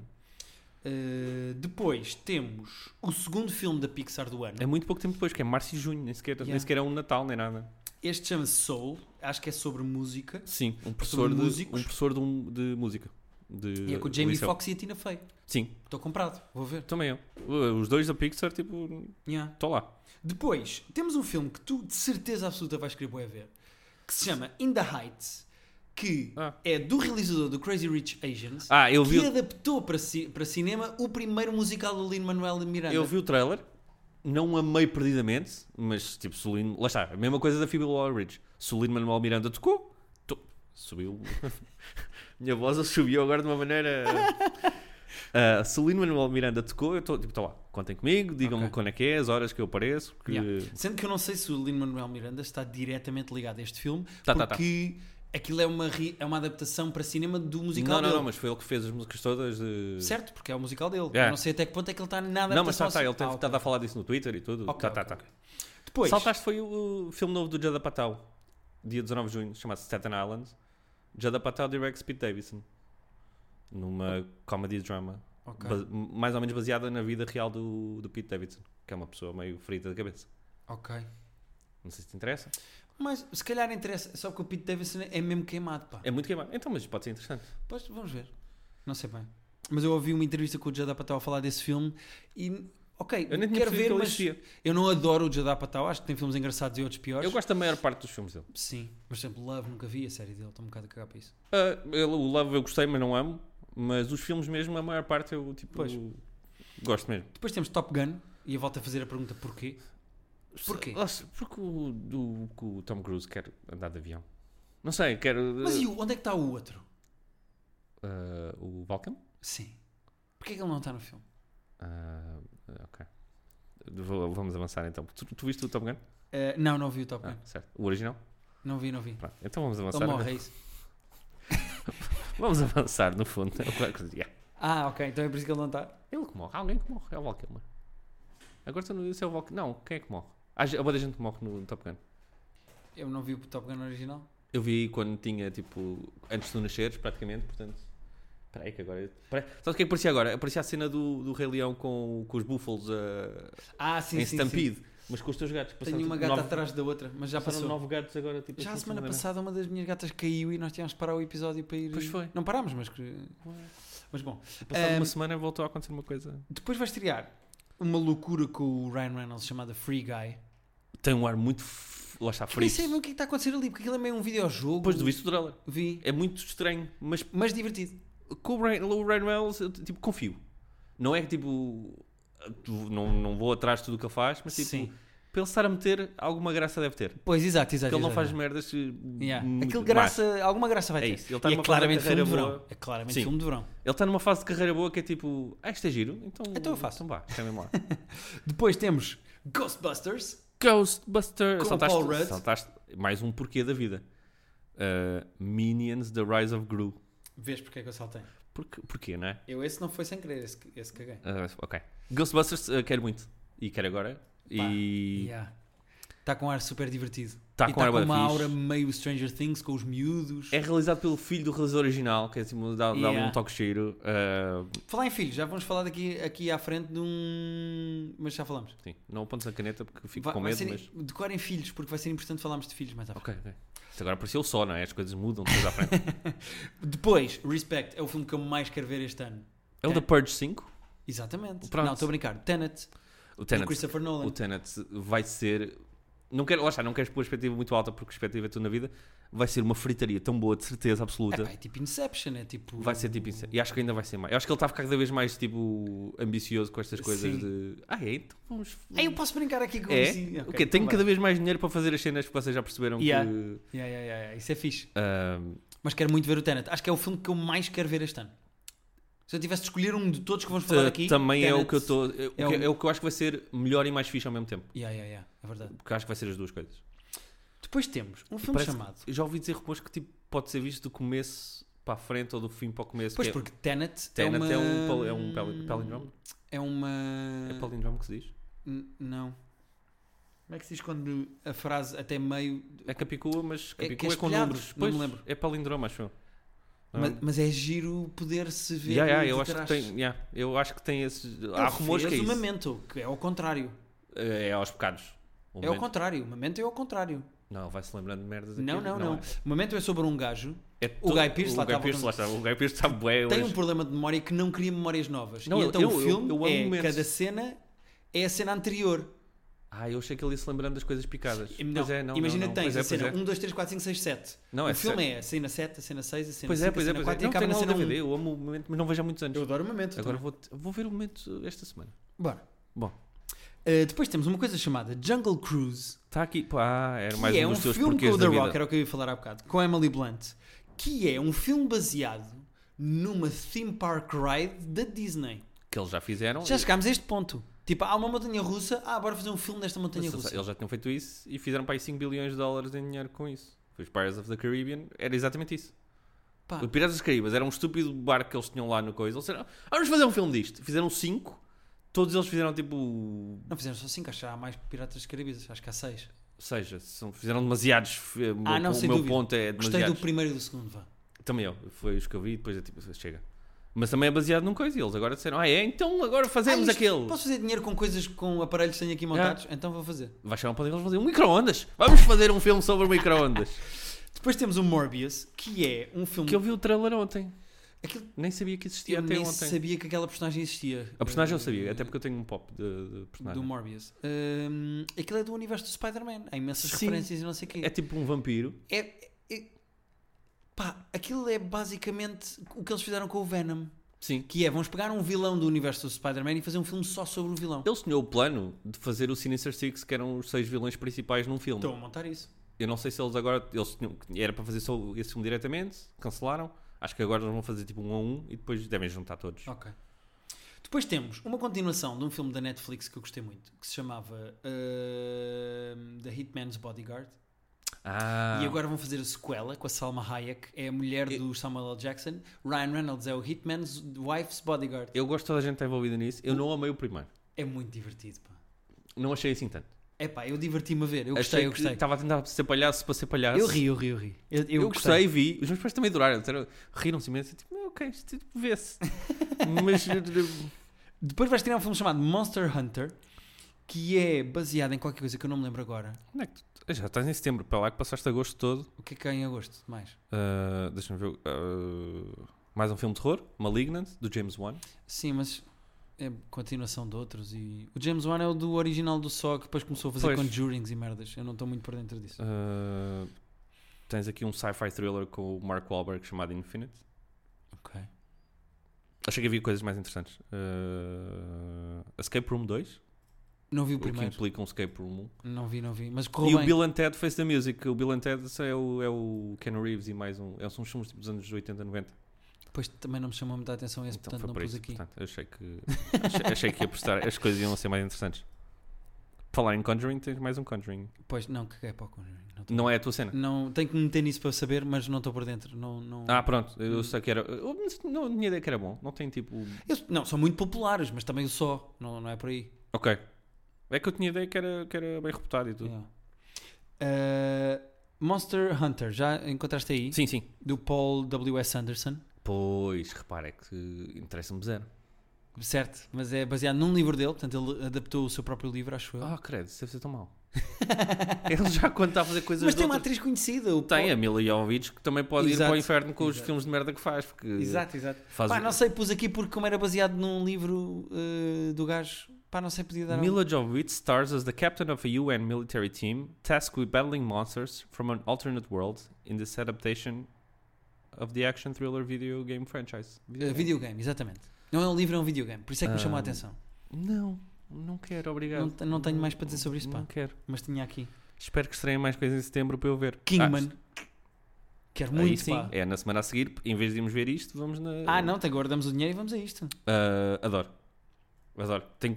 Uh, depois temos o segundo filme da Pixar do ano. É muito pouco tempo depois, que é março e junho, nem sequer, nem Yeah. sequer é um Natal, nem nada. Este chama-se Soul, acho que é sobre música. Sim, um professor, de, músicos. um professor de, um- de música. De, E é com o do Jamie liceu. Foxx e a Tina Fey. Sim, Estou comprado, vou ver. também eu. Uh, Os dois da Pixar, tipo, Yeah. estou lá. Depois temos um filme que tu de certeza absoluta vais querer bué ver, que se chama In the Heights, que Ah. é do realizador do Crazy Rich Asians. Ah, eu vi, que adaptou para, ci- para cinema o primeiro musical do Lin-Manuel Miranda. eu vi o trailer, não amei perdidamente, mas tipo, Solino, lá está, a mesma coisa da Phoebe Waller-Bridge. Solino Manuel Miranda tocou, to- subiu. Minha voz subiu agora de uma maneira... Uh, Solino Manuel Miranda tocou, eu estou tipo, tô lá, contem comigo, digam-me Ok. quando é que é, as horas que eu apareço, que... Yeah. Sendo que eu não sei se o Lin-Manuel Miranda está diretamente ligado a este filme, Tá, tá, tá. porque aquilo é uma, ri- é uma adaptação para cinema do musical Não, não, dele. não, mas foi ele que fez as músicas todas de... Certo, porque é o musical dele. Yeah. Eu não sei até que ponto é que ele está na adaptação. Não, mas está, ao tá, ci- ele tem Ah, ok. estado a falar disso no Twitter e tudo. Ok, tá, ok, tá, tá. ok. Depois, Saltaste foi o o filme novo do Jada Patel, dia 19 de junho, chamado Staten Island. Jada Patel direct Pete Davidson. Numa comedy drama. Ok. Ba- mais ou menos baseada na vida real do, do Pete Davidson, que é uma pessoa meio ferida da cabeça. ok. Não sei se te interessa. Mas se calhar interessa, só que o Pete Davidson é mesmo queimado, pá. É muito queimado. Então, mas pode ser interessante. Pois, vamos ver. Não sei bem. Mas eu ouvi uma entrevista com o Judd Apatow a falar desse filme e, ok, Eu nem tinha quero percebido ver, que ele mas existia. eu não adoro o Judd Apatow. Acho que tem filmes engraçados e outros piores. Eu gosto da maior parte dos filmes dele. Sim, mas por exemplo, Love nunca vi a série dele. Estou um bocado a cagar para isso. Ah, ele- o Love eu gostei, mas não amo. Mas os filmes mesmo, a maior parte eu, tipo, Pois. gosto mesmo. Depois temos Top Gun e eu volto a fazer a pergunta porquê. Porquê? Nossa, Porque o, do- que o Tom Cruise quer andar de avião. Não sei, quero. Mas e o- onde é que está o outro? Ah, o Vulcan? Sim. Porquê é que ele não está no filme? Ah, ok. Vou- vamos avançar então. Tu, tu viste o Top Gun? Eh, não, não vi o Top Gun. Ah, certo. O original? Não vi, não vi. Pronto. Então vamos Ele avançar. morre, é isso? Vamos avançar no fundo. É uma coisa- yeah. Ah, ok, então é por isso que ele não está. Ele que morre. Há alguém que morre. É o Val Kilmer. Agora estou no se é o Val Não, quem é que morre? Há ge- há boa gente que morre no Top Gun. Eu não vi o Top Gun original. Eu vi quando tinha, tipo, antes de tu nasceres, praticamente, portanto... Espera aí que agora... Peraí. Sabe o que é que parecia agora? Parecia a cena do, do Rei Leão com, com os búfalos a, Ah, sim, em sim. sim. Stampede. Mas com os teus gatos. Tenho passaram, uma tipo, gata nove- atrás da outra, mas já passaram passou. nove gatos agora, tipo... Já a assim, semana de passada uma das minhas gatas caiu e nós tínhamos de parar o episódio para ir. Pois foi. Não parámos, mas. que- Mas bom. Passada Ahm. uma semana voltou a acontecer uma coisa... Depois vai estrear uma loucura com o Ryan Reynolds chamada Free Guy. Tem um ar muito... F... Lá está, Eu Nem frio. sei bem o que é que está a acontecer ali, porque aquilo é meio um videojogo. Depois do visto o trailer. Vi. É muito estranho, mas... Mas divertido. com o Ryan, o Ryan Reynolds, eu, tipo, confio. Não é que, tipo, tu- não, não vou atrás de tudo o que ele faz, mas, tipo, Sim. para ele estar a meter, alguma graça deve ter. Pois, exato, exato. Porque ele não exato. faz merdas. eh, Yeah. muito- Aquilo graça, alguma graça vai É um ter. isso, ele está e é numa claramente fase de filme de carreira verão. boa. É claramente Sim. filme de verão. Mas Ele está numa fase de carreira boa que é tipo, ah, isto é giro, então, Então eu faço. Então vá, chama-me lá. Depois temos Ghostbusters. Com Ghostbusters. o Saltaste, Paul Rudd. saltaste mais um porquê da vida. Uh, Minions The Rise of Gru. Vês porque é que eu saltei. Porquê, porquê não é? Eu esse não foi sem querer, esse, esse caguei. Uh, ok. Ghostbusters uh, quero muito. E quero agora. e Está com um ar super divertido. Tá e com tá ar bué uma fixe. aura meio Stranger Things com os miúdos. é realizado pelo filho do realizador original, que é assim, dá, dá Yeah. um toque cheiro. Uh, Falar em filhos, já vamos falar daqui aqui à frente de um. Mas já falamos. sim, não apontes a caneta porque fico Vai- com vai medo, ser- mas. Decorem filhos, porque vai ser importante falarmos de filhos mais à frente. Ok, ok. Isto agora pareceu só, não é? As coisas mudam depois à frente. Depois, Respect é o filme que eu mais quero ver este ano. é o The Purge 5. Exatamente. Pronto. Não, estou a brincar. Tenet, O do Tenet. Christopher Nolan. O Tenet vai ser. Não quero, lá está, não queres pôr a expectativa muito alta porque a expectativa é tudo na vida. Vai ser uma fritaria tão boa, de certeza É, absoluta. pá, é tipo Inception, é tipo. vai ser tipo isso. E acho que ainda vai ser mais. Eu acho que ele estava cada vez mais tipo ambicioso com estas coisas Sim. de. Ah, é? Então vamos. Ei, eu posso brincar aqui com É? assim. o Ok, quê? então Tenho vai. cada vez mais dinheiro para fazer as cenas que vocês já perceberam Yeah. que. Yeah, yeah, yeah, yeah, Isso é fixe. Ahm, Mas quero muito ver o Tenet. Acho que é o filme que eu mais quero ver este ano. Se eu tivesse de escolher um de todos que vamos falar t- aqui. também é o Tenet- que eu estou. É, o que- é um- é o que eu acho que vai ser melhor e mais fixe ao mesmo tempo. Yeah, yeah, yeah, é verdade. Porque acho que vai ser as duas coisas. Depois temos um filme Parece que- chamado. Já ouvi dizer rumores que tipo, pode ser visto do começo para a frente ou do fim para o começo. Pois, que é- porque Tenet, Tenet é uma. é um pal- é um pal- palindrome? É uma. É palindromo que se diz? N- Não. Como é que se diz quando a frase até meio. É capicua, mas É que capicua é, é com espelhado, números. não Pois, me lembro. É palindromo, acho eu. Não Mas, é? mas é giro poder-se ver. Yeah, yeah, de eu, acho que trás. tem, yeah, eu acho que tem esses. Ele há rumores que é fez o isso. Memento, que é ao contrário. É aos pecados. O É ao momento- contrário. O Memento é ao contrário. Não, vai-se lembrando de merdas. Não, aqui. não, não. é. O Memento é sobre um gajo É todo- Guy Pearce o lá Guy estava Pearce com- lá está. O Guy Pearce está bué tem hoje. um problema de memória que não cria memórias novas. Não, e eu- então eu- o eu- filme eu amo é momentos. cada cena é a cena anterior. Ah, eu achei que ele ia se lembrando das coisas picadas. Não, pois é, não, imagina não, não. que tens Pois é, a cena pois é. 1, 2, 3, 4, 5, 6, 7. Não, o é filme certo. é a cena 7, a cena 6, a cena Pois 5, é, pois a é, cena pois 4 é. e Não, acaba tem na lá o cena 1. DVD. Eu amo o momento, mas não vejo há muitos anos. Eu adoro o momento. Agora Agora, vou, vou ver o momento esta semana. Bora. Bom, Uh, depois temos uma coisa chamada Jungle Cruise, está tá aqui. Pá, era mais que é um um dos teus filme com porquês o The da vida. Rock, era o que eu ia falar há bocado, com a Emily Blunt, que é um filme baseado numa theme park ride da Disney. que eles já fizeram. Já e- chegámos a este ponto. Tipo, há uma montanha russa, ah, bora fazer um filme desta montanha eles, russa. eles já tinham feito isso e fizeram para aí 5 bilhões de dólares em dinheiro com isso. Foi os Pirates of the Caribbean, era exatamente isso. Pá. O Piratas das Caribas era um estúpido barco que eles tinham lá no coisa. Eles disseram, "Ah, vamos fazer um filme disto. Fizeram 5, todos eles fizeram tipo. Não fizeram só 5, acho que há mais Piratas dos Caribes, acho que há 6. Ou seja, são- fizeram demasiados. eh, o meu- Ah, não, o sem meu dúvida. ponto Gostei é do demasiados. primeiro e do segundo, vá. Também eu, foi os que eu vi, depois é tipo, chega. Mas também é baseado num coisa. E eles agora disseram, ah, é, então agora fazemos Ah, isto- aquele. É. Posso fazer dinheiro com coisas, com aparelhos que tenho aqui montados? Então vou fazer. Vai chegar um ponto em que eles vão dizer, um micro-ondas. Vamos fazer um filme sobre micro-ondas. Depois temos o Morbius, que é um filme... que eu vi o trailer ontem. Aquilo- Nem sabia que existia eu até nem ontem. sabia que aquela personagem existia. A personagem eu Eh, sabia, até porque eu tenho um pop de, de personagem. Do Morbius. Hum, aquilo é do universo do Spider-Man. Há imensas Sim. referências e não sei o quê. É tipo um vampiro. É- é- Pá, aquilo é basicamente o que eles fizeram com o Venom. Sim. Que é, vamos pegar um vilão do universo do Spider-Man e fazer um filme só sobre o vilão. Ele sonhou o plano de fazer o Sinister Six, que eram os seis vilões principais num filme. Estão a montar isso. Eu não sei se eles agora. Eles tinham- era para fazer só esse filme diretamente, cancelaram. Acho que agora eles vão fazer tipo um a um e depois devem juntar todos. Ok. Depois temos uma continuação de um filme da Netflix que eu gostei muito, que se chamava hum, The Hitman's Bodyguard. Ah, E agora vão fazer a sequela com a Salma Hayek, é a mulher E- do Samuel L. Jackson. Ryan Reynolds é o Hitman's Wife's Bodyguard. Eu gosto de toda a gente estar envolvida nisso. Eu não amei o primeiro. É muito divertido, pá. Não achei assim tanto. É pá, eu diverti-me a ver. Eu gostei, Achei eu que gostei. Estava a tentar ser palhaço para ser palhaço. Eu ri, eu ri, eu ri. Eu, eu Eu, gostei, vi. Os meus pais também adoraram. disseram- Riram-se imenso. e Tipo, "Ah, ok, isto tipo, vê-se. Mas. eh, Depois vais tirar um filme chamado Monster Hunter, que é baseado em qualquer coisa que eu não me lembro agora. Onde é que tu- Já estás em setembro, para lá que passaste agosto todo. O que é que há em agosto? Mais? Ah, Deixa-me ver. ah, mais um filme de terror, Malignant, do James Wan. Sim, mas é continuação de outros. E... O James Wan é o do original do Saw, que depois começou a fazer Pois. conjurings e merdas. Eu não estou muito por dentro disso. Ah, tens aqui um sci-fi thriller com o Mark Wahlberg chamado Infinite. Ok. Achei que havia coisas mais interessantes. Eh, Escape Room 2, Não vi o o que primeiro. implica um Escape Room 1. Não vi, não vi. Mas E correu o bem. Bill and Ted Face the Music. O Bill and Ted é o, é o Ken Reeves e mais um. é- São uns filmes tipo dos anos 80, 90. Depois também não me chamou muita atenção esse, Então portanto foi não por pus isso. aqui. Portanto, achei que, achei, achei que ia prestar, as coisas iam ser mais interessantes. Falar em Conjuring, tens mais um Conjuring. Pois, não, que é para o Conjuring. Não, tô- Não é a tua cena? não tenho que me meter nisso para saber, mas não estou por dentro. Não, não... Ah, pronto, eu sei que era. eu não tinha ideia que era bom. Não tem tipo. Eu- não, são muito populares, mas também o só, não, não é por aí. Ok. É que eu tinha ideia que era, que era bem reputado e tudo. Yeah. Uh, É. Monster Hunter, já encontraste aí? Sim, sim. Do Paul W.S. Anderson, Pois, repara, é que interessa-me zero. certo? Mas é baseado num livro dele, portanto ele adaptou o seu próprio livro, acho eu. Ah, credo, isso deve ser tão mal. Ele já quando está a fazer coisas. mas de tem uma outras- atriz conhecida, o Tem Paul... a Mila Jovovich que também pode ir Exato. para o inferno com os Exato. filmes de merda que faz. Porque Exato, exato. é, Faz Pá, o- não sei, pus aqui porque como era baseado num livro uh, do gajo, pá, não sei, podia dar um- algum- Mila Jovovich stars as the captain of a UN military team tasked with battling monsters from an alternate world in this adaptation of the action thriller video game franchise. Uh, videogame, exatamente. Não é um livro, é um videogame. Por isso é que me chamou a Ah, atenção. Não, não quero, obrigado. Não te- não tenho mais para dizer sobre isso, pá. Não quero. Mas tinha aqui. Espero que estreiem mais coisas em setembro para eu ver. Kingman. Quero Ah, é- aí muito, sim, pá. é na semana a seguir, em vez de irmos ver isto, vamos na. Ah, não, te guardamos o dinheiro e vamos a isto. Ah, adoro. Adoro. Tenho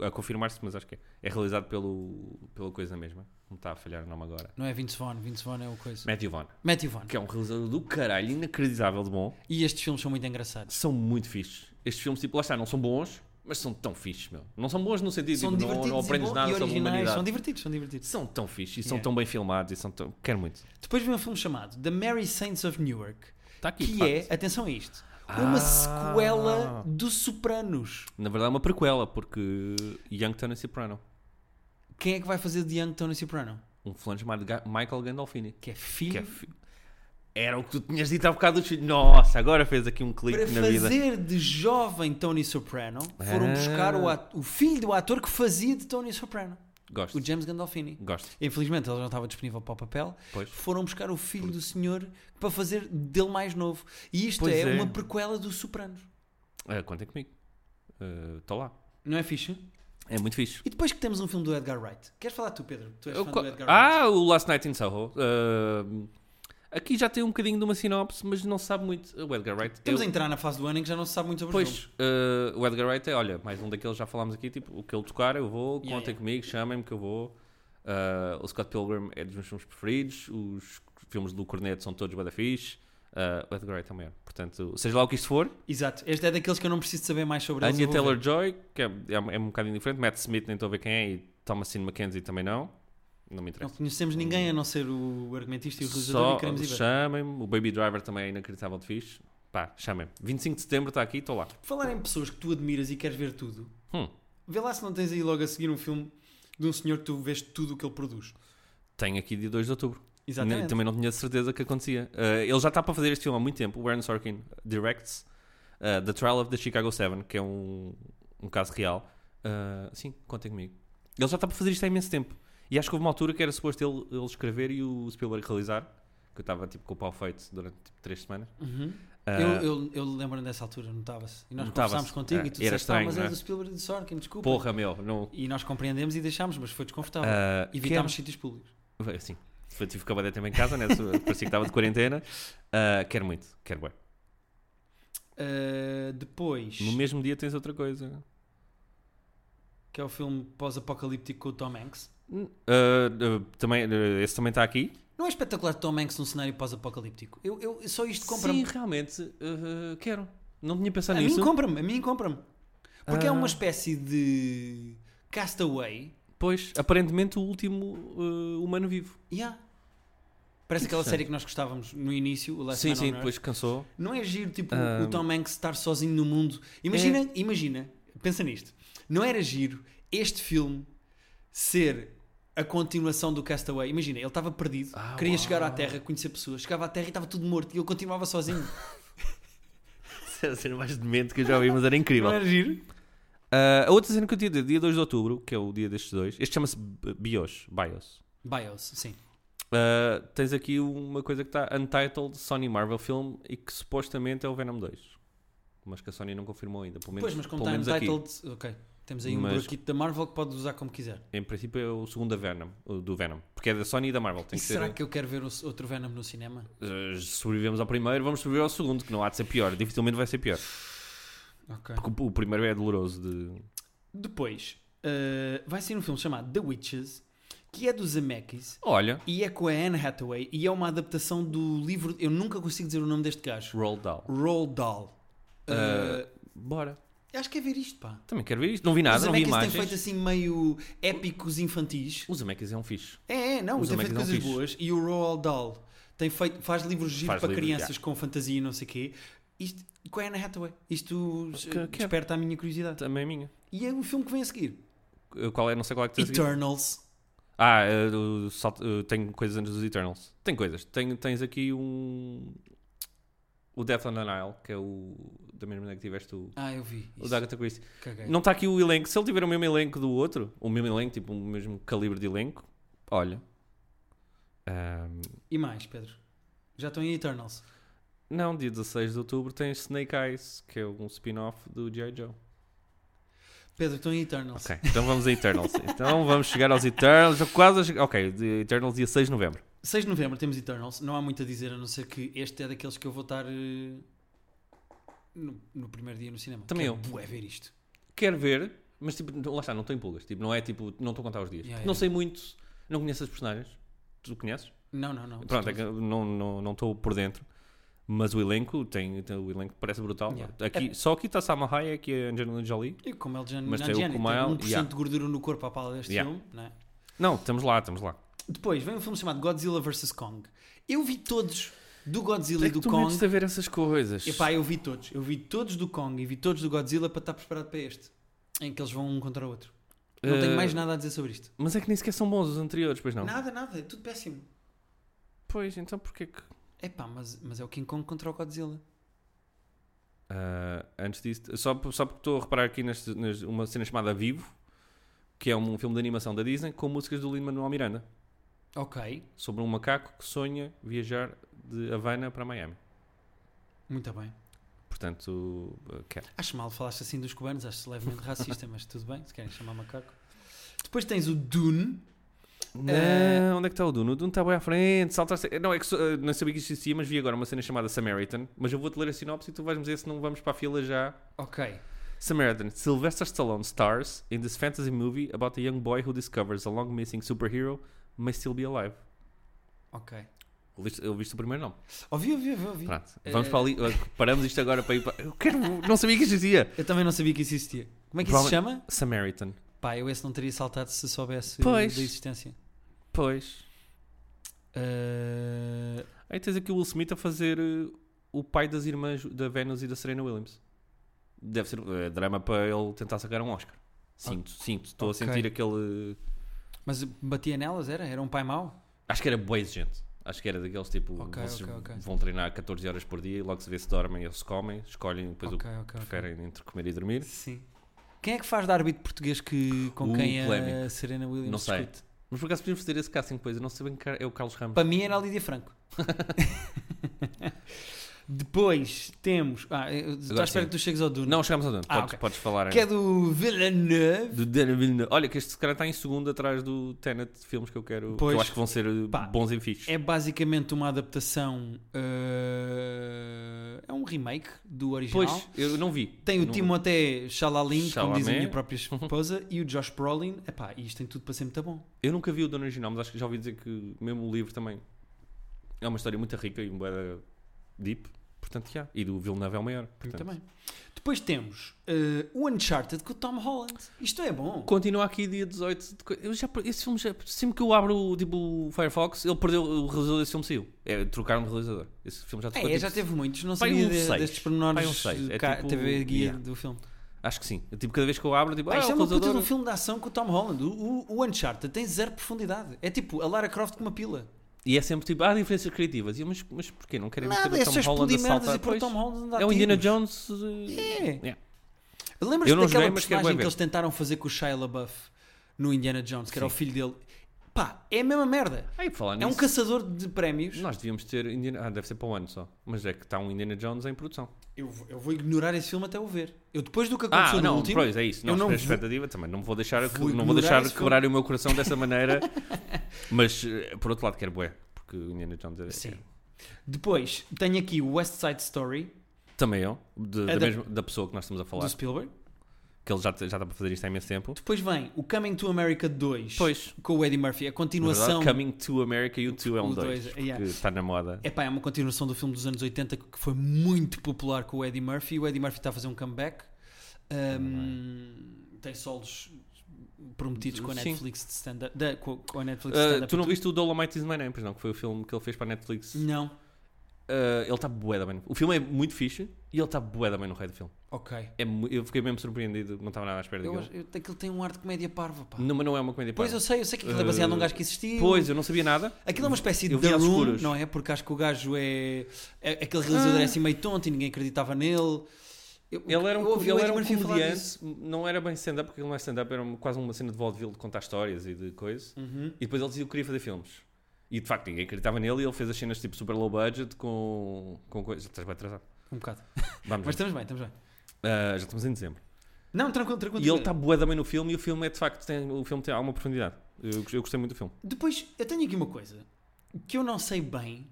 eh, a confirmar-se, mas acho que é. É realizado pelo, pela coisa mesma. Não está a falhar o nome agora. Não é Vince Vaughn, Vince Vaughn é o coisa. Matthew Vaughn. Matthew Vaughn. Que é um realizador do caralho, inacreditável de bom. E estes filmes são muito engraçados. São muito fixes. Estes filmes, tipo, lá está, não são bons, mas são tão fixes, meu. Não são bons no sentido de São tipo, não, divertidos não e, aprendes bom- nada e sobre a originais. humanidade. São São, divertidos, são divertidos. tão fixes e são Yeah. tão bem filmados e são tão... Quero muito. Depois vi um filme chamado The Mary Saints of Newark, Está aqui, de que facto. é, atenção a isto, uma Ah. sequela do Sopranos. Na verdade é uma prequela, porque Young Tony Soprano. Quem é que vai fazer de Young Tony Soprano? Um fulano chamado Ga- Michael Gandolfini. Que é Que filho. é fi- Era o que tu tinhas dito há bocado dos filhos. Nossa, agora fez aqui um clique Para na vida. fazer de jovem Tony Soprano, foram Ah. buscar o, at- o filho do ator que fazia de Tony Soprano, Gosto. o James Gandolfini. Gosto. Infelizmente ele não estava disponível para o papel. Pois. Foram buscar o filho do senhor para fazer dele mais novo. E isto Pois é, é. uma prequela do Sopranos. Ah, contem comigo. Estou lá. Não é fixe? É muito fixe. E depois que temos um filme do Edgar Wright. Queres falar tu, Pedro? Tu és Eu fã co- do Edgar Wright. ah, o Last Night in Soho. Uh, aqui já tem um bocadinho de uma sinopse, mas não se sabe muito. O Edgar Wright. Estamos eu- a entrar na fase do ano em que já não se sabe muito sobre o Pois, uh, o Edgar Wright é, olha, mais um daqueles já falámos aqui, tipo, o que ele tocar eu vou, contem Yeah, yeah. comigo, chamem-me que eu vou. Uh, o Scott Pilgrim é dos meus filmes preferidos, os filmes do Corneto são todos bué da fixe. Uh, o Edgar Wright é o maior. Portanto, seja lá o que isto for, Exato. Este é daqueles que eu não preciso saber mais sobre eles. Anya eu vou ver. Taylor-Joy, que é, é um- é um bocado indiferente, Matt Smith nem estou a ver quem é, e Thomasine McKenzie também não. Não me interessa. Não conhecemos ninguém a não ser o argumentista e o realizador Só e queremos ir ver. chamem-me. O Baby Driver também é inacreditável de fixe. Pá, chamem-me. 25 de setembro está aqui, estou lá. Por falar em pessoas que tu admiras e queres ver tudo, Hum. vê lá se não tens aí logo a seguir um filme de um senhor que tu vês tudo o que ele produz. Tenho aqui dia 2 de outubro. Nem- Exatamente. Também não tinha certeza que acontecia. Uh, ele já está para fazer este filme há muito tempo. O Aaron Sorkin directs uh, The Trial of the Chicago 7, que é um, um caso real. Uh, sim, contem comigo. Ele já está para fazer isto há imenso tempo. E acho que houve uma altura que era suposto ele, ele escrever e o Spielberg realizar. Que eu estava tipo, com o pau feito durante tipo, 3 semanas. Uhum. Uh, eu eu, eu lembro-me dessa altura, notava-se. E nós Notava-se. conversámos contigo É, e tu era disseste, "Ah, estranho, mas não é é? do Spielberg e do Sorkin, desculpa. Porra, meu. Não, E nós compreendemos e deixámos, mas foi desconfortável. uh, Então, Evitámos sítios públicos. Bem, eh, Sim, eu tive que acabar tempo em casa, né? Se- parecia que estava de quarentena. Ah, quero muito, quero bem. Uh, depois, No mesmo dia tens outra coisa. que é o filme pós-apocalíptico com o Tom Hanks. Hum, ah, ah, também, ah, esse também está aqui. Não é espetacular Tom Hanks num cenário pós-apocalíptico? Eu, eu, só isto compra-me. Sim, realmente, ah, quero. Não tinha pensado A mim nisso. compra-me, a mim compra-me. Porque é Ah. uma espécie de castaway. Pois, aparentemente o último ah, humano vivo. Yeah. Parece aquela Interessante. série que nós gostávamos no início, o Last sim, Man on sim, Earth. depois cansou. Não é giro, tipo, Ah. É. o Tom Hanks estar sozinho no mundo. Imagina, imagina, pensa nisto. Não era giro este filme ser a continuação do Castaway. Imagina, ele estava perdido, Ah, queria uau. chegar à Terra, conhecer pessoas, chegava à Terra e estava tudo morto e ele continuava sozinho. Essa é a cena mais demente que eu já vi, mas era incrível. Não era giro? Ah, a outra cena que eu tinha dito, dia 2 de outubro, que é o dia destes dois, este chama-se B- Bios. Bios. Bios, sim. Uh, tens aqui uma coisa que está Untitled Sony Marvel Film e que supostamente é o Venom 2. Mas que a Sony não confirmou ainda. Pelo menos, Pois, mas como pelo está menos aqui. entitled. Ok. Temos aí um Mas- buraquito da Marvel que pode usar como quiser. Em princípio é o segundo da Venom, o do Venom. Porque é da Sony e da Marvel. Tem E que ser- um. será que eu quero ver o- outro Venom no cinema? Eh, sobrevivemos ao primeiro, vamos sobreviver ao segundo, que não há de ser pior. Dificilmente vai ser pior. Ok. Porque o- o primeiro é doloroso de. Depois, eh, vai ser um filme chamado The Witches, que é do Zemeckis Olha, e é com a Anne Hathaway e é uma adaptação do livro. Eu nunca consigo dizer o nome deste gajo. Roll Down. Roald Dahl. Eh, Bora. acho que é ver isto, pá. Também quero ver isto. Não vi o nada, não Zemeckis vi tem imagens. feito assim meio épicos infantis. O Zemeckis é um fixe. É, é, não, O tem Zemeckis feito é um coisas fixe. boas. E o Roald Dahl tem feito, faz livros giros Faz para livros, crianças com fantasia e não sei o quê. Isto, com a Anne Hathaway. Isto Que- que é- desperta a minha curiosidade. Também é minha. E é o filme que vem a seguir. Eh, Qual é? Não sei qual é que tens aqui. Eternals. Ah, eh, do- salt- eh, tenho coisas antes dos Eternals. Tem coisas. Tem, tens aqui um. O Death on the Nile, que é o. Da mesma maneira que tiveste o. Ah, eu vi. O Isso. da Agatha Christie. Caguei. É. Não está aqui o elenco. Se ele tiver o mesmo elenco do outro, o mesmo elenco, tipo, o mesmo calibre de elenco, olha. Ahm, E mais, Pedro? Já estão em Eternals. não, dia 16 de outubro tens Snake Eyes, que é um spin-off do G.I. Joe. Pedro, estão em Eternals. Ok, então vamos a Eternals. então vamos chegar aos Eternals. já Quase a chegar. Ok, de Eternals dia 6 de novembro. 6 de novembro temos Eternals. Não há muito a dizer, a não ser que este é daqueles que eu vou estar eh, no, no primeiro dia no cinema. Também Quero eu. bué ver isto. Quero ver, mas tipo, não- lá está, não estou em pulgas. Tipo, não é tipo, não estou a contar os dias. Yeah, não yeah. sei muito, não conheço as personagens. Tu conheces? Não, não, não. Pronto, é que não não- não estou por dentro. Mas o elenco tem, tem- o elenco parece brutal. Yeah. Aqui, Só aqui está Salma Hayek e a Angelina Jolie. E como ele já Mas na tem o Jenny, tem Kumail, 1% yeah. de gordura no corpo à pala deste Yeah. filme, não é? Não, estamos lá, estamos lá. Depois vem um filme chamado Godzilla vs. Kong. Eu vi todos do Godzilla e do é tu Kong. a ver essas coisas. Epá, eu vi todos. Eu vi todos do Kong e vi todos do Godzilla para estar preparado para este. Em que eles vão um contra o outro. Não tenho Eh, mais nada a dizer sobre isto. Mas é que nem sequer são bons os anteriores, pois não? Nada, nada. É tudo péssimo. Pois, então porquê que... Epá, mas, mas é o King Kong contra o Godzilla. Ah, antes disso, só, por- só porque estou a reparar aqui neste, nas- uma cena chamada Vivo, que é um filme de animação da Disney com músicas do Lin-Manuel Miranda, Ok, sobre um macaco que sonha viajar de Havana para Miami. muito bem. Portanto, ah, quero. Acho mal falaste assim dos cubanos, acho levemente racista, mas tudo bem, se querem chamar macaco. Depois tens o Dune. Não, onde é que está o Dune? O Dune está bem à frente. Saltaste... Não, é que sou- eh, não sabia que isto existia, mas vi agora uma cena chamada Samaritan. Mas eu vou-te ler a sinopse e tu vais-me dizer se não vamos para a fila já. Ok. Samaritan. Sylvester Stallone stars in this fantasy movie about a young boy who discovers a long missing superhero may still be alive. Ok. Ouviste, ouviste o primeiro nome? Ouvi, ouvi, ouvi. ouvi. Pronto. Vamos Eh, para ali. Paramos isto agora para ir para... Eu quero... Não sabia que isto existia. Eu também não sabia que isso existia. Como é que isso se chama? Samaritan. Pá, eu esse não teria saltado se soubesse Pois. da existência. Pois. Eh, Aí tens aqui o Will Smith a fazer eh, o pai das irmãs da Venus e da Serena Williams. Deve ser eh, drama para ele tentar sacar um Oscar. Sinto, sinto. Estou Ah, Ok. a sentir aquele. mas batia nelas, era? Era um pai mau? Acho que era boa gente. Acho que era daqueles tipo. Ok, vocês ok, ok. Vão treinar 14 horas por dia e logo se vê se dormem ou se comem. Escolhem depois ok, o que ok, ok. preferem entre comer e dormir. Sim. Quem é que faz de árbitro português que, com Uh, quem a polémico. Serena Williams Não sei. discute? Mas por acaso podíamos fazer esse casting depois. Eu não sei bem que é o Carlos Ramos. Para mim era a Lídia Franco. Depois temos. Ah, eu- estou à Agora espera sim. que tu chegues ao Dune. Não, chegamos a dono. Ah, podes, ok. podes falar. Que é hein? do Villeneuve. Do Denis Villeneuve. Olha, que este cara está em segundo atrás do Tenet de filmes que eu quero. Pois. Que eu acho que vão ser eh, Pá, bons e fixos. É basicamente uma adaptação. eh, é um remake do original. Pois, eu não vi. Tem o Não- Timothée Chalalim, como diz a Chalamet. minha própria esposa, e o Josh Brolin. Epá, isto tem tudo para ser muito bom. Eu nunca vi o Dono Original, mas acho que já ouvi dizer que mesmo o livro também é uma história muito rica e um bué deep. Portanto, já. E do Villeneuve é o maior. Eu portanto. também. Depois temos eh, o Uncharted com o Tom Holland. Isto é bom. Continua aqui dia 18. de co- Eu já, per- esse filme já, sempre que eu abro tipo, o Firefox, ele perdeu o realizador desse filme saiu. É, trocaram de realizador. Esse filme já ficou, É, tipo, já teve muitos. Não Pai, sabia um de- seis. destes Pai, um pormenores seis. É cá- tipo- TV guia Yeah. do filme. Acho que sim. Eu, tipo, cada vez que eu abro, tipo, Pá, ah, isto o é uma puta de realizador. um filme de ação com o Tom Holland. O, o- o Uncharted tem zero profundidade. É tipo a Lara Croft com uma pila. E é sempre tipo, há diferenças criativas. E eu, mas, mas porquê? Não querem Nada, meter é o só Tom Holland a explodir merdas saltar? e pôr o Pois. Tom Holland a dar É o Indiana tiros. Jones. eh, É. yeah. Lembras-te Eu daquela não joguei, mas quero personagem bué que ver. eles tentaram fazer com o Shia LaBeouf no Indiana Jones, que era o Sim. filho dele? Pá, é a mesma merda. Aí, por falar É um nisso, caçador de prémios. nós devíamos ter Indiana... Ah, deve ser para um ano só. Mas é que está um Indiana Jones em produção. Eu, vou- eu vou ignorar esse filme até o ver. Eu depois do que Ah, aconteceu no não, último, pois é isso. Não, eu não vou- não expectativa também. Não vou deixar, Vou não vou deixar ignorar esse quebrar o meu coração dessa maneira. Mas, eh, por outro lado, quero bué. Porque o Indiana Jones é... Sim. Depois, tenho aqui o West Side Story, Também eu. de- da, É da- mesma- da pessoa que nós estamos a falar. do Spielberg. Que ele já, já está para fazer isto há imenso tempo. Depois vem o Coming to America 2, Pois. com o Eddie Murphy. A Na verdade, continuação... Coming to America e o 2 é um o 2. dois, yeah. Que está na moda. Epá, é uma continuação do filme dos anos 80 que foi muito popular com o Eddie Murphy. O Eddie Murphy está a fazer um comeback. Um, tem solos prometidos com a Sim. Netflix de stand-up. da- Com, com a Netflix de Ah, stand-up. Hum. tu não viste o Dolomite is My Name, pois não? Que foi o filme que ele fez para a Netflix. Não. Ah, ele está bué da bem. no- O filme é muito fixe e ele está bué da bem no rei do filme. Ok. É mu- eu fiquei mesmo surpreendido, não estava nada à espera Eu, daquilo. acho- eu, aquilo tem um ar de comédia parva, pá. Não, mas não é uma comédia. Pois pá. Ah, eu sei, eu sei que aquilo é baseado num gajo que existiu. Pois, eu não sabia nada. Aquilo é uma espécie de Eu vi The às Room, escuras. Ah. não é? Porque acho que o gajo é. é- aquele realizador é assim meio tonto e ninguém acreditava nele. Eu- Ele eu era um, ouvi o ele Eddie era um Murphy falar disso. comediante, não era bem stand-up, porque ele não é stand-up, era um- quase uma cena de vaudeville de contar histórias e de coisas. Uhum. E depois ele dizia que queria fazer filmes. E de facto ninguém acreditava nele e ele fez as cenas tipo super low budget com, com coisas. Já estás bem atrasado. Um bocado. Vamos, Mas estamos bem, estamos bem. Ah, já estamos em dezembro. Não, tranquilo, tranquilo. E ele tá- está bué também no filme e o filme é de facto, tem, o filme tem alguma profundidade. Eu, eu gostei muito do filme. Depois, eu tenho aqui uma coisa que eu não sei bem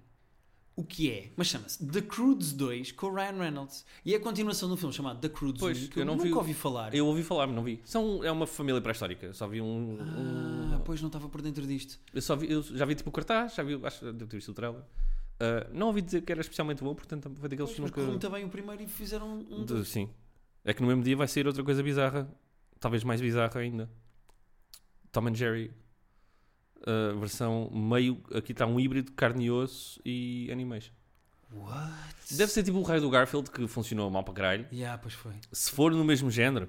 o que é, mas chama-se The Croods 2 com o Ryan Reynolds. E é a continuação do filme chamado The Croods Pois, 1, que eu eu, não nunca vi o- ouvi falar. Eu ouvi falar, mas não vi. São, é uma família pré-histórica. Só vi um. um- Ah, pois não estava por dentro disto. eu, só vi, eu já vi tipo o cartaz, já vi. Acho devo ter visto o trailer. Ah, não ouvi dizer que era especialmente bom, portanto foi Pois, daqueles mas filmes correu que. muito bem o primeiro e fizeram um... de- dois. sim. É que no mesmo dia vai sair outra coisa bizarra. Talvez mais bizarra ainda. Tom and Jerry. Ah, versão meio. Aqui está um híbrido de carne e osso e animais. What? Deve ser tipo o raio do Garfield que funcionou mal para caralho. Yeah, pois foi. Se for no mesmo género,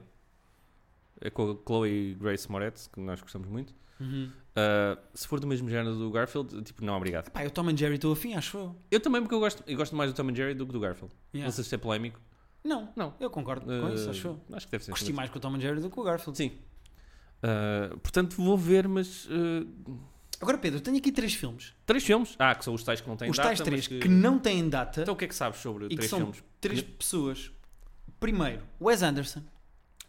é com a Chloe Grace Moretz, que nós gostamos muito. Uhum. Ah, se for do mesmo género do Garfield, tipo, não, obrigado. Pá, eu Tom and Jerry estou afim, acho eu. Eu também, porque eu gosto, eu gosto mais do Tom and Jerry do que do Garfield. Yeah. Não sei se é polémico. Não, Não. eu concordo com Ah, isso, acho eu. Acho que deve ser. assim. Gostei mais com o Tom and Jerry do que com o Garfield. Sim. Ah, portanto, vou ver, mas. ah, Agora, Pedro, eu tenho aqui três filmes. três filmes. Ah, que são os tais que não têm Os data. tais mas três que... que não têm data Então, o que é que sabes sobre que três são- filmes? três pessoas. Primeiro, Wes Anderson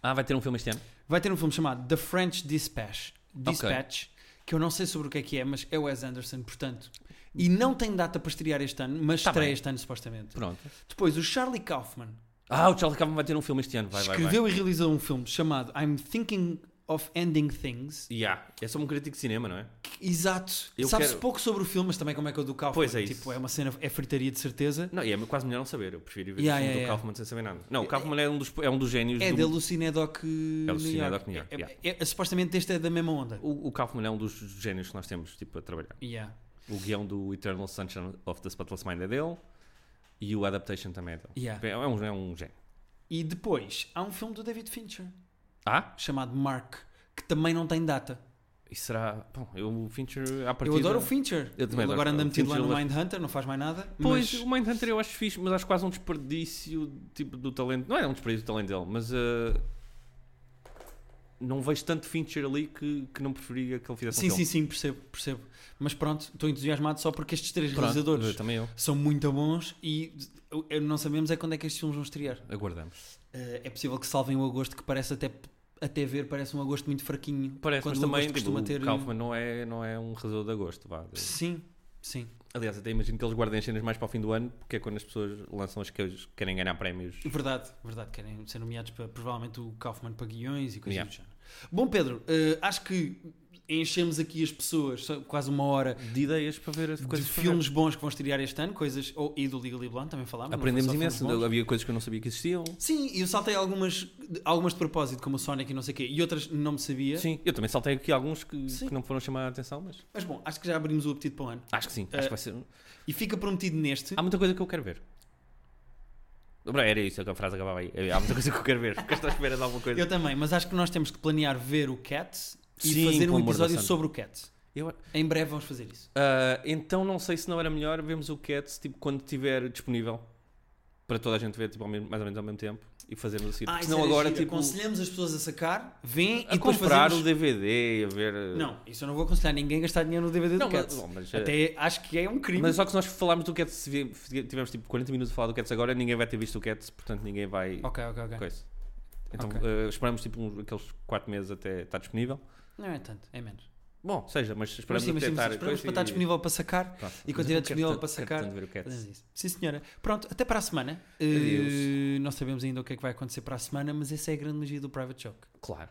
Ah, vai ter um filme este ano. vai ter um filme chamado The French Dispatch, Dispatch que eu não sei sobre o que é que é, mas é Wes Anderson, portanto. E não tem data para estrear este ano, mas Tá estreia bem. este ano supostamente. Pronto. Depois, o Charlie Kaufman Ah, o Charlie Kaufman vai ter um filme este ano. Vai, vai, vai. escreveu e realizou um filme chamado I'm Thinking of Ending Things. Yeah. É só um crítico de cinema, não é? Exato. Eu Sabe-se quero- pouco sobre o filme, mas também como é que é o do Kaufman. Pois é isso. tipo, é uma cena, é fritaria de certeza. Não, e é quase melhor não saber. Eu prefiro ver Yeah, o filme yeah, do yeah. Kaufman sem saber nada. Não, o Kaufman é um dos, é um dos génios. É do- da Lucinedoc New Lucinedoc York. New York, É- yeah. é- é- supostamente este é da mesma onda. o, o Kaufman é um dos génios que nós temos tipo, a trabalhar. Yeah. O guião do Eternal Sunshine of the Spotless Mind é dele e o Adaptation também é dele. Yeah. É um, é um gênio. E depois há um filme do David Fincher Ah? chamado Mark que também não tem data. E será. Bom, eu, o Fincher, à Eu partida. adoro o Fincher. Eu também Ele adoro. agora anda O metido lá Fincher, no ele- Mindhunter, não faz mais nada. Pois, mas o Mindhunter eu acho fixe, mas acho quase um desperdício tipo, do talento. Não é um desperdício do talento dele, mas. ah, não vejo tanto Fincher ali que, que não preferia que ele fizesse sim, um sim, sim, percebo, percebo. Mas pronto, estou entusiasmado só porque estes três filme. Pronto, realizadores Também eu. são muito bons e eu- eu não sabemos é quando é que estes filmes vão estrear. Aguardamos. Eh, é possível que salvem o agosto que parece até até ver parece um agosto muito fraquinho. Parece, quando mas o também agosto tipo, costuma o ter eh, Kaufman não é, não é um realizador de agosto. Vá. Sim, sim. Aliás, até imagino que eles guardem as cenas mais para o fim do ano, porque é quando as pessoas lançam as que eles querem ganhar prémios. Verdade, verdade, querem ser nomeados para provavelmente o Kaufman para guiões e coisas Yeah. do género. Bom, Pedro, eh, acho que enchemos aqui as pessoas, só quase uma hora, De ideias para ver as coisas. de para filmes bons que vão estrear este ano, coisas, ou, e do Legally Blonde também ver. falámos. Ah, não foi Aprendemos só filmes imenso. bons. Havia coisas que eu não sabia que existiam. Sim, e eu saltei algumas, algumas de propósito, como o Sonic e não sei o quê, e outras não me sabia. Sim, eu também saltei aqui alguns que, Sim. que não foram chamar a atenção, mas Mas bom, acho que já abrimos o apetite para o ano. acho que sim. Acho que vai ser. um- E fica prometido neste. Há muita coisa que eu quero ver. Bra, Era isso, a frase acabava aí. Eh, Há muita coisa que eu quero ver. Porque estás à espera de alguma coisa. Eu também, mas acho que nós temos que planear ver o Cat e Sim, fazer pelo um amor da episódio santa. sobre o Cat. Eu- eh, Em breve vamos fazer isso. Ah, então não sei se não era melhor vermos o Cats tipo, quando estiver disponível. para toda a gente ver tipo, ao mesmo- mais ou menos ao mesmo tempo e fazermos assim. Ah, Porque isso senão era agora, giro. tipo, Aconselhamos as pessoas a sacar, vêm a e depois comprar o fazemos... DVD e a ver. eh, Não, isso eu não vou aconselhar ninguém a gastar dinheiro no DVD não do mas, Cats. não, mas, eh, Até acho que é um crime. mas só que se nós falarmos do Cats, se vi- tivemos tipo 40 minutos a falar do Cats agora, ninguém vai ter visto o Cats, portanto ninguém vai. Ok, ok, ok. Coisa. Então Ok. eh, esperamos tipo uns- aqueles 4 meses até estar disponível. Não é tanto, é menos. Bom, seja, mas Mas esperamos sim, mas até sim, estar. mas esperamos para estar disponível para sacar. e quando tiver disponível para sacar, Fazemos isso. Sim, senhora. Pronto, até para a semana. Adeus. Eh, não sabemos ainda o que é que vai acontecer para a semana, mas essa é a grande magia do Private Joke. Claro.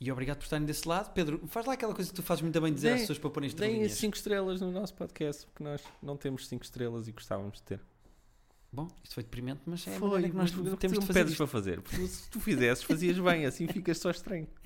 E obrigado por estarem desse lado. Pedro, faz lá aquela coisa que tu fazes muito bem dizer Deem- às pessoas para porem Deem estrelinhas. 5 estrelas no nosso podcast, porque nós não temos 5 estrelas e gostávamos de ter. Bom, isto foi deprimente, mas é a Foi, um maneira que nós mas temos tu de me fazer pedes isto. para fazer. Porque se tu fizesses, fazias bem, assim ficas só estranho.